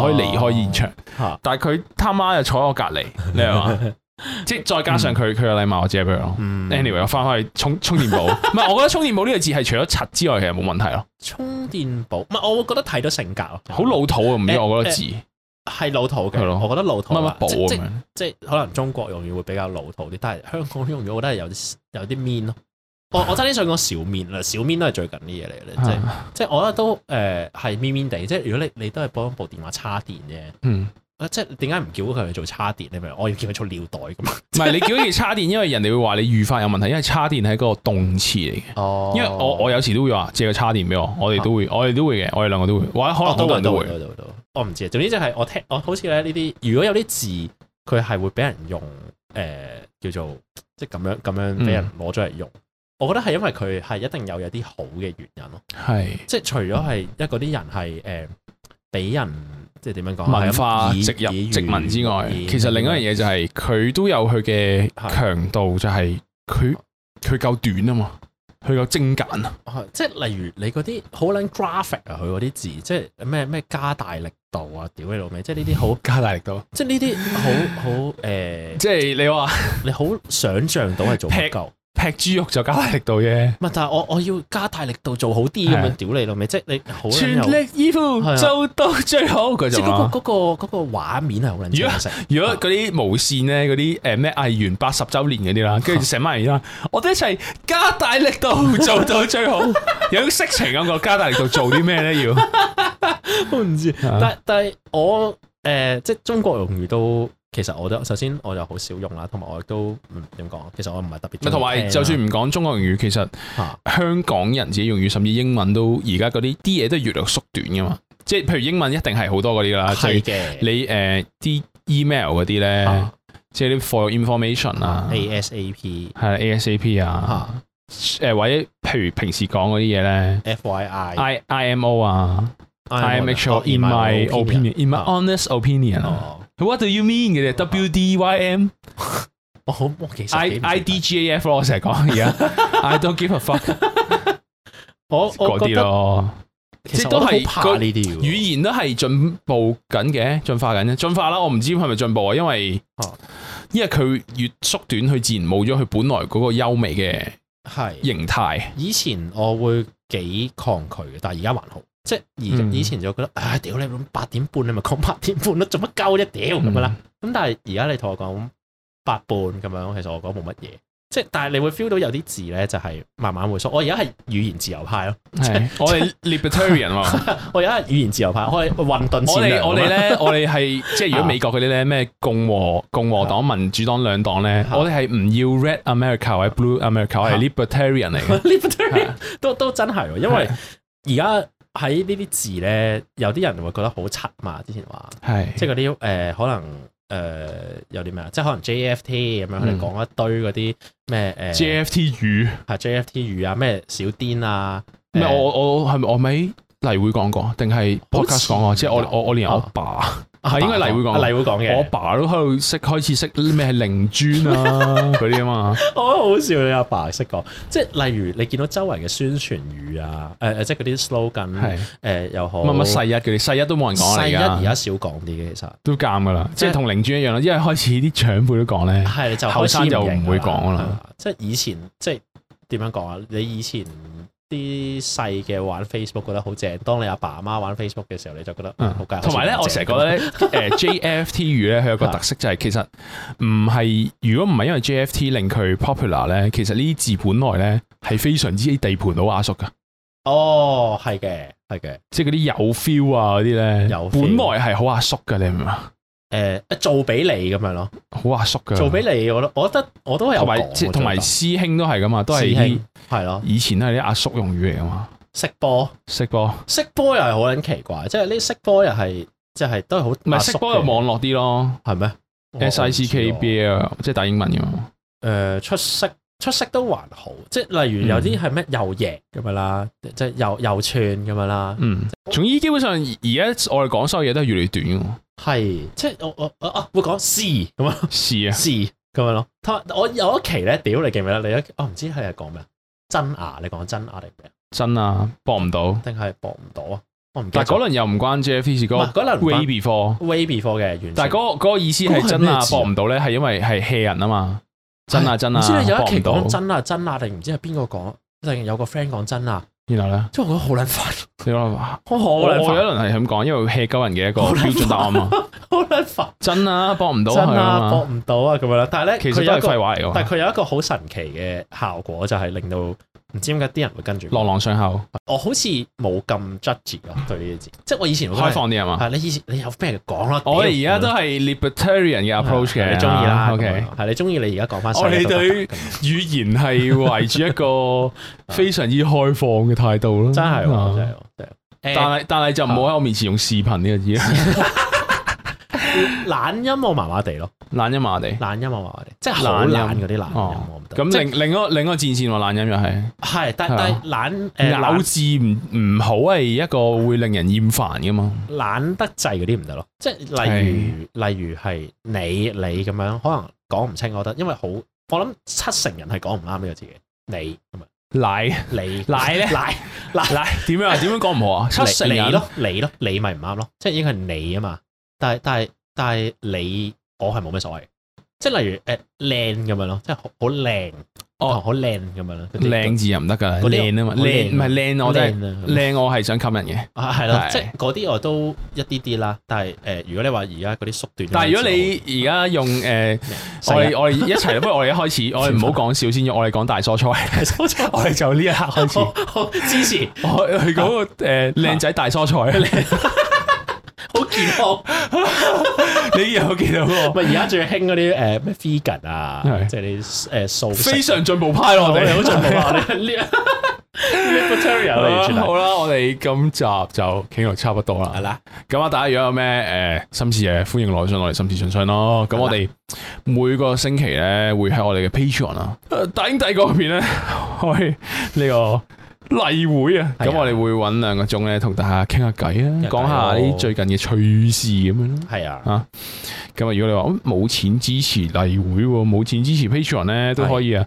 Speaker 1: 我可以離開現場。
Speaker 2: 嚇
Speaker 1: 但係佢他媽就坐喺我隔離，你係 嘛？即係再加上佢佢有禮貌，我借俾佢咯。
Speaker 2: 嗯
Speaker 1: anyway，我翻返去充充 電寶，唔係我覺得充電寶呢個字係除咗柒之外，其實冇問題咯。
Speaker 2: 充電寶，唔係我會覺得睇到性格咯，
Speaker 1: 好老土啊，唔知
Speaker 2: 誒
Speaker 1: 我嗰個
Speaker 2: 誒
Speaker 1: 字
Speaker 2: 係老土
Speaker 1: 係
Speaker 2: 嘅，
Speaker 1: 咯
Speaker 2: 我覺得老土
Speaker 1: 乜乜
Speaker 2: 啊，
Speaker 1: 寶
Speaker 2: 即
Speaker 1: 咁
Speaker 2: 即
Speaker 1: 樣。
Speaker 2: 即可能中國用語會比較老土啲，但係香港啲用語我覺得係有啲有啲 mean 咯。 我我真係想講小面啦，小面都係最近啲嘢嚟嘅咧，即係即係我覺得都誒係面面地，即係如果你你都係幫部電話叉電啫，
Speaker 1: 嗯，
Speaker 2: 啊即係點解唔叫佢去做叉電？你明唔明？我要叫佢做尿袋咁嘛。
Speaker 1: 唔係你叫佢叉電，因為人哋會話你語法有問題，因為叉電係一個動詞嚟嘅。
Speaker 2: 哦啊
Speaker 1: 因為我我有時都會話借個叉電俾我，我哋都會，我哋都會嘅，我哋兩個都會，或者可能
Speaker 2: 哦
Speaker 1: 好多人都會，
Speaker 2: 會會會我唔知啊。總之就係我聽，我好似咧呢啲，如果有啲字佢係會俾人用，誒、叫做即係咁樣咁
Speaker 1: 嗯
Speaker 2: 樣俾人攞咗嚟用。我覺得係因為佢係一定有有啲好嘅原因咯，
Speaker 1: 係
Speaker 2: 即係除咗係一嗰啲人係誒俾人即係點樣講啊
Speaker 1: 文化
Speaker 2: 係咁
Speaker 1: 植入
Speaker 2: 以
Speaker 1: 殖民之外，
Speaker 2: 以
Speaker 1: 其實另一樣嘢就係
Speaker 2: 啊
Speaker 1: 佢都有佢嘅
Speaker 2: 係
Speaker 1: 強度，就係佢佢夠短啊嘛，佢夠精簡啊，
Speaker 2: 係即係例如你嗰啲好撚 graphic 啊，佢嗰啲字即係咩咩加大力度啊，屌你老味，即係呢啲好
Speaker 1: 加大力度。
Speaker 2: 即係呢啲好好誒，
Speaker 1: 即係你話
Speaker 2: 你好想像到係做唔
Speaker 1: 劈
Speaker 2: 夠。
Speaker 1: 劈 劈豬肉就加大力度啫。
Speaker 2: 唔係，但係我我要加大力度做好啲咁
Speaker 1: 係
Speaker 2: 樣
Speaker 1: 啊
Speaker 2: 屌你老味，即係你好撚有
Speaker 1: 全力以赴
Speaker 2: 係啊
Speaker 1: 做到最好，佢
Speaker 2: 即
Speaker 1: 就
Speaker 2: 係嗰
Speaker 1: 話
Speaker 2: 個嗰個嗰個畫面係好撚正 式。
Speaker 1: 如果嗰啲無線咧，嗰啲誒咩藝員八十週年嗰啲啦，跟住成班人啦，我哋一齊加大力度做到最 好，有種色情感覺。加大力度做啲咩咧？要
Speaker 2: 我唔知，
Speaker 1: 啊
Speaker 2: 但但係我誒、呃即係中國用語都其實我都首先我就好少用啦，同埋我亦都唔點講，啊其實我唔係特別中意聽啦。啊
Speaker 1: 同埋就算唔啊講中國用語，其實
Speaker 2: 嚇
Speaker 1: 香港人自己用語，甚至英文都而家嗰啲啲嘢都越嚟越縮短噶嘛。即係譬如英文一定係好多嗰啲啦，即
Speaker 2: 係
Speaker 1: 係
Speaker 2: 嘅，
Speaker 1: 你誒啲 email 嗰啲咧
Speaker 2: 啊，
Speaker 1: 即係啲 for information 啊，係
Speaker 2: ASAP
Speaker 1: 啦 ASAP 啊，
Speaker 2: 嚇
Speaker 1: 誒或者譬如平時講嗰啲嘢咧
Speaker 2: FYI
Speaker 1: ，I IMO 啊。I make sure in my opinion, in
Speaker 2: Oh.
Speaker 1: my honest opinion.
Speaker 2: 哦，
Speaker 1: What do you mean 嘅啫？W D Y M
Speaker 2: 我好我其實
Speaker 1: I
Speaker 2: 幾
Speaker 1: I
Speaker 2: 唔明白
Speaker 1: D G A F 咯，我成日講而家。I don't give a fuck
Speaker 2: 我
Speaker 1: 嗰
Speaker 2: 我覺
Speaker 1: 啲
Speaker 2: 得
Speaker 1: 咯，
Speaker 2: 其
Speaker 1: 即
Speaker 2: 實
Speaker 1: 係都
Speaker 2: 我都
Speaker 1: 係
Speaker 2: 係怕
Speaker 1: 個
Speaker 2: 呢啲嘅
Speaker 1: 語言都係進步緊嘅，進化緊嘅，進化啦。我唔知係咪進步啊，因為
Speaker 2: 哦
Speaker 1: 因為佢越縮短，佢自然冇咗佢本來嗰個優美嘅
Speaker 2: 係
Speaker 1: 形態。
Speaker 2: 以前我會幾抗拒嘅，但係而家還好。即係而
Speaker 1: 嗯
Speaker 2: 以前就覺得，唉、屌你咁八點半你咪講 八點半咯，做乜鳩啫屌咁樣啦。
Speaker 1: 嗯
Speaker 2: 咁、但係而家你同我講八半咁樣，其實我講冇乜嘢。即係但係你會 feel 到有啲字咧，就係慢慢會縮。我而家係語言自由派咯，
Speaker 1: 係我哋 libertarian 喎，
Speaker 2: 我而家係語言自由派，我係混沌
Speaker 1: 我
Speaker 2: 善
Speaker 1: 哋
Speaker 2: 良
Speaker 1: 我哋 咧，我哋係即係如果
Speaker 2: 啊
Speaker 1: 美國嗰啲咧咩共和共和黨、民主黨兩黨咧，
Speaker 2: 啊
Speaker 1: 我哋係唔要 Red America 或者 Blue America，我係
Speaker 2: 啊
Speaker 1: libertarian 嚟嘅。
Speaker 2: l i b e t a r i 都都真係喎，因為而家喺呢啲字咧，有啲人會覺得好柒嘛。之前話。
Speaker 1: 係
Speaker 2: 即係嗰啲誒可能誒、呃有啲咩啊？即係可能 JFT 咁樣，佢哋
Speaker 1: 嗯
Speaker 2: 講一堆嗰啲咩誒
Speaker 1: JFT 語
Speaker 2: 係 JFT 語啊，咩小癲啊，
Speaker 1: 咩？
Speaker 2: 誒
Speaker 1: 我我係咪我咪例會講過，定係
Speaker 2: 好似
Speaker 1: podcast 講過？即係我我我連我
Speaker 2: 啊
Speaker 1: 爸，
Speaker 2: 啊
Speaker 1: 係應該黎會講
Speaker 2: 啊黎會講
Speaker 1: 我
Speaker 2: 嘅，
Speaker 1: 爸都喺度識開始識咩係靈磚 啊嗰啲啊嘛。
Speaker 2: 我我覺得好笑你阿爸識講，即係例如你見到周圍嘅宣傳語啊，誒、誒即係嗰啲 slogan
Speaker 1: 係
Speaker 2: 誒、又好
Speaker 1: 乜乜世一嗰啲世一都冇人講啦，
Speaker 2: 細
Speaker 1: 而
Speaker 2: 一而
Speaker 1: 家
Speaker 2: 家少講啲嘅，其實
Speaker 1: 都尷噶啦，即係同靈磚一樣啦，因為開始啲長輩都講咧。
Speaker 2: 係你就
Speaker 1: 後生就唔會
Speaker 2: 會
Speaker 1: 講啦
Speaker 2: 即係以前即係點樣講啊？你以前啲細嘅玩 Facebook 覺得好正，當你阿爸阿媽玩 Facebook 嘅時候，你就覺得嗯好介。
Speaker 1: 同埋啊咧，我成日覺得咧， 誒 JFT 語咧，佢有個特色就係其實唔係，如果唔係因為 JFT 令佢 popular 咧，其實呢啲字本來咧係非常之地盤佬阿叔噶，
Speaker 2: 哦，係嘅，係嘅，
Speaker 1: 即係嗰啲有 feel 啊嗰啲咧，
Speaker 2: 有 feel
Speaker 1: 本來係好阿叔噶，你明唔明啊？
Speaker 2: 誒、做俾你咁樣咯，
Speaker 1: 好阿叔噶，
Speaker 2: 做俾你，我覺得我覺得我都
Speaker 1: 嗯
Speaker 2: 有
Speaker 1: 同埋
Speaker 2: 講
Speaker 1: 即
Speaker 2: 喎
Speaker 1: 同埋
Speaker 2: 做
Speaker 1: 師兄都係噶啊嘛，都係
Speaker 2: 師
Speaker 1: 啲
Speaker 2: 兄得係咯，
Speaker 1: 以前都係啲阿叔用語嚟噶嘛，
Speaker 2: 識波
Speaker 1: 識波唔
Speaker 2: 識波又係好撚奇怪，即係呢識波又係即係都係好
Speaker 1: 係識波又網絡啲咯
Speaker 2: 係咩
Speaker 1: ，S I C K B L 即係打英文啊噶嘛，
Speaker 2: 誒、呃出色出色都還好，即係例如有
Speaker 1: 嗯
Speaker 2: 啲係咩右翼咁樣啦，即係右右串咁樣啦，
Speaker 1: 嗯，總之基本上而而家我哋講所有嘢都係越嚟越短㗎喎
Speaker 2: 係即係我我我啊會講是咁樣
Speaker 1: 是啊。
Speaker 2: 是咁樣咯。同埋我有一期咧，屌你記唔記得？你有一期我唔知係係講咩啊，真牙你講真牙定咩啊？
Speaker 1: 真啊，搏唔到。
Speaker 2: 定係搏唔到啊？我唔記
Speaker 1: 但
Speaker 2: 得
Speaker 1: 係
Speaker 2: 咗。
Speaker 1: 嗰輪又唔關 JFT 事，
Speaker 2: 唔
Speaker 1: 嗰
Speaker 2: 係嗰輪唔
Speaker 1: 個
Speaker 2: 關
Speaker 1: way before。
Speaker 2: way before 嘅原先，
Speaker 1: 但係嗰個嗰個意思
Speaker 2: 嗰個
Speaker 1: 係
Speaker 2: 係
Speaker 1: 真
Speaker 2: 咩
Speaker 1: 啊，
Speaker 2: 字啊
Speaker 1: 搏唔到咧，係因為係 hea 人啊嘛。真啊真啊
Speaker 2: 唔知你有一期
Speaker 1: 搏唔到
Speaker 2: 講真啊真啊定唔知係邊個講，定有個 friend 講真啊，
Speaker 1: 然後咧，
Speaker 2: 即係我覺得好撚煩，
Speaker 1: 你諗
Speaker 2: 我好
Speaker 1: 我我
Speaker 2: 撚
Speaker 1: 有一
Speaker 2: 煩，
Speaker 1: 輪係咁講，因為 hea 鳩人嘅一個
Speaker 2: 好撚
Speaker 1: 標準答案啊嘛。
Speaker 2: 好撚煩，
Speaker 1: 真啊，搏唔到
Speaker 2: 真
Speaker 1: 係啊
Speaker 2: 啊搏
Speaker 1: 嘛。
Speaker 2: 唔到啊咁樣啦。但係咧，
Speaker 1: 其
Speaker 2: 佢
Speaker 1: 實都
Speaker 2: 有一
Speaker 1: 係
Speaker 2: 個
Speaker 1: 廢話嚟㗎
Speaker 2: 但
Speaker 1: 嘛，
Speaker 2: 係佢有一個好神奇嘅效果，就係令到唔知點解啲人會跟住
Speaker 1: 朗
Speaker 2: 我。
Speaker 1: 朗上口，
Speaker 2: 我好似冇咁 judge 咯，對呢啲字，即係我以前會覺得
Speaker 1: 開放啲啊嘛。
Speaker 2: 係你以前你有咩講啦？
Speaker 1: 我哋而
Speaker 2: 屌
Speaker 1: 家
Speaker 2: 啊
Speaker 1: 都係 libertarian 嘅 approach 嘅，啊
Speaker 2: 你中啊意啦。
Speaker 1: OK，
Speaker 2: 係你中意你而家講翻。
Speaker 1: 我哋對語言係懷住一個 非常之開放嘅態度咯。
Speaker 2: 真係
Speaker 1: 啊
Speaker 2: 喎，真係喎，真係喎。
Speaker 1: 但
Speaker 2: 但
Speaker 1: 係但係就唔好喺我面前用視頻呢個
Speaker 2: 啊
Speaker 1: 字，
Speaker 2: 係懶音我麻麻地咯，
Speaker 1: 懶音麻地。
Speaker 2: 懶音我麻麻地，即係好懶嗰啲懶音我唔
Speaker 1: 哦
Speaker 2: 得。
Speaker 1: 咁
Speaker 2: 即係
Speaker 1: 另另一個另一個戰線話懶音又係
Speaker 2: 係，但
Speaker 1: 係
Speaker 2: 但
Speaker 1: 嘛
Speaker 2: 係呃懶誒
Speaker 1: 咬
Speaker 2: 懶
Speaker 1: 字唔唔好係一個會令人厭煩噶嘛。
Speaker 2: 懶得滯嗰啲唔得咯，即係例如例如係你你咁樣，可能講唔清，我覺得，因為好，我諗七成人係講唔啱呢個字嘅，你咁啊，
Speaker 1: 奶
Speaker 2: 你
Speaker 1: 奶咧
Speaker 2: 奶
Speaker 1: 奶點 樣啊？點樣講唔好啊？七成
Speaker 2: 你
Speaker 1: 人
Speaker 2: 咯，你咯，你咪唔啱咯，即係應該係你啊嘛，但係但係但係你我係冇咩所謂，即係例如誒靚咁樣咯，即係好好靚，
Speaker 1: 哦
Speaker 2: 同好靚咁樣咯。嗰啲
Speaker 1: 靚字又唔得噶，
Speaker 2: 嗰啲
Speaker 1: 靚啊嘛，
Speaker 2: 好
Speaker 1: 靚
Speaker 2: 靚
Speaker 1: 唔係靚，我真係
Speaker 2: 靚啊咁
Speaker 1: 靚，我係想吸引嘅。
Speaker 2: 啊，係啦，
Speaker 1: 係
Speaker 2: 即係嗰啲我都一啲啲啦。但係誒，如果你話而家嗰啲縮短，
Speaker 1: 但係如果你而家用誒，我
Speaker 2: 細
Speaker 1: 哋我哋一 齊，不如我哋一開始，我哋唔好講笑先，我哋講大蔬菜， 我哋就呢一刻開始，
Speaker 2: 好好支持，
Speaker 1: 我係嗰個
Speaker 2: 啊
Speaker 1: 誒靚仔大蔬菜，
Speaker 2: 好健康。
Speaker 1: 你有見到喎？
Speaker 2: 咪而家最興嗰啲誒咩 vegan 啊
Speaker 1: 係，
Speaker 2: 即係你誒素食
Speaker 1: 非常進步派咯，
Speaker 2: 我
Speaker 1: 我哋
Speaker 2: 哋好進 步啊！我哋呢 libertarian 啊完全係
Speaker 1: 好啦，我哋今集就傾到差不多啦
Speaker 2: 係。啦，
Speaker 1: 咁啊，大家如果有咩誒、呃心事嘢，歡迎來信我哋心事信箱咯。咁我哋每個星期咧會喺我哋嘅 Patreon 啊，呃大英帝國嗰邊咧開呢個例會啊。
Speaker 2: 係啊
Speaker 1: 咁我哋會揾兩個鐘咧，同大家傾下偈啊，
Speaker 2: 偈
Speaker 1: 講下啲最近嘅趣事咁樣咯。
Speaker 2: 係啊，
Speaker 1: 咁啊，如果你話嗯冇錢支持例會喎，冇錢支持 Patreon 咧，都可以啊，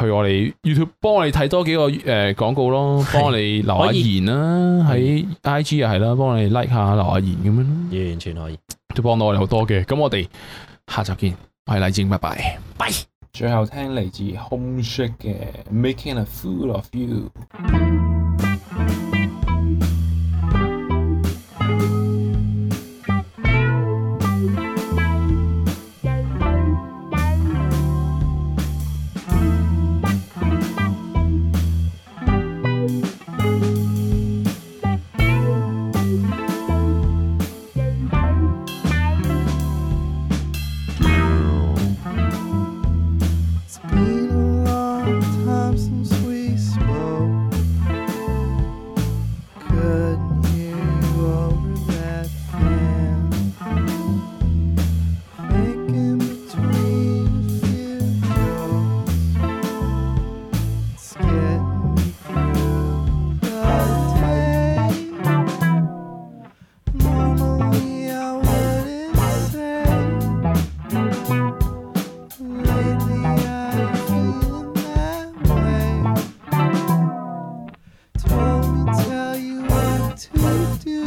Speaker 1: 去我哋 YouTube 幫我哋睇多幾個誒、呃、廣告咯，幫我哋留下
Speaker 2: 可以
Speaker 1: 言啦，喺 IG 又係啦，幫我哋 like 下留下言咁樣咯。
Speaker 2: 完全可以。
Speaker 1: 都幫到我哋好多嘅。咁我哋下集見，我係黎正，拜拜。
Speaker 3: 最後聽嚟自 Home Shake 嘅 Making a Fool of You。
Speaker 5: It's been a long time since we spoke. Couldn't hear you over that fan. Thinking between a few jokes. It's getting me through the day. Normally I wouldn't say. Lately, I'm feeling that way. Told me tell you what to do.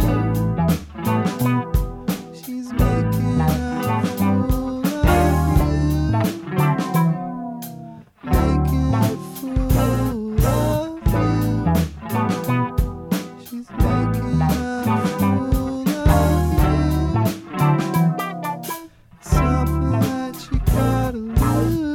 Speaker 5: She's making a fool of you, making a fool of you. She's making a fool of you. Something that you gotta lose.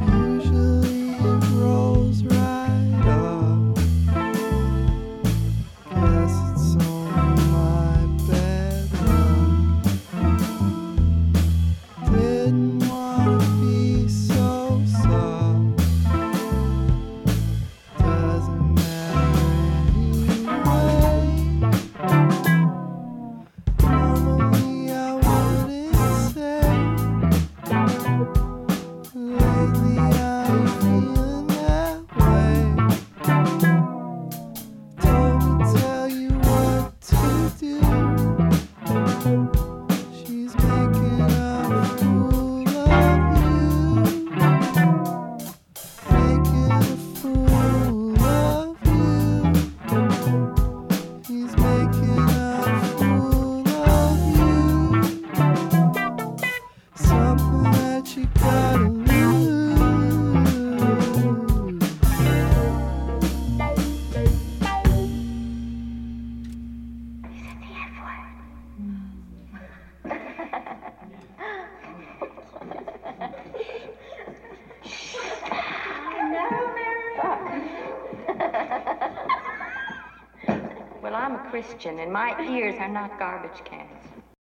Speaker 5: Usually it rolls right off. Guess it's only my bad luck. Didn't wanna be so soft. Doesn't matter anyway. Normally I wouldn't say. Lately, I'm feeling that way. Told me tell you what to do. She's making a fool of you, making a fool of you. He's making a fool of you. Something that you gotta lose.
Speaker 6: Well, I'm a Christian, and my ears are not garbage cans.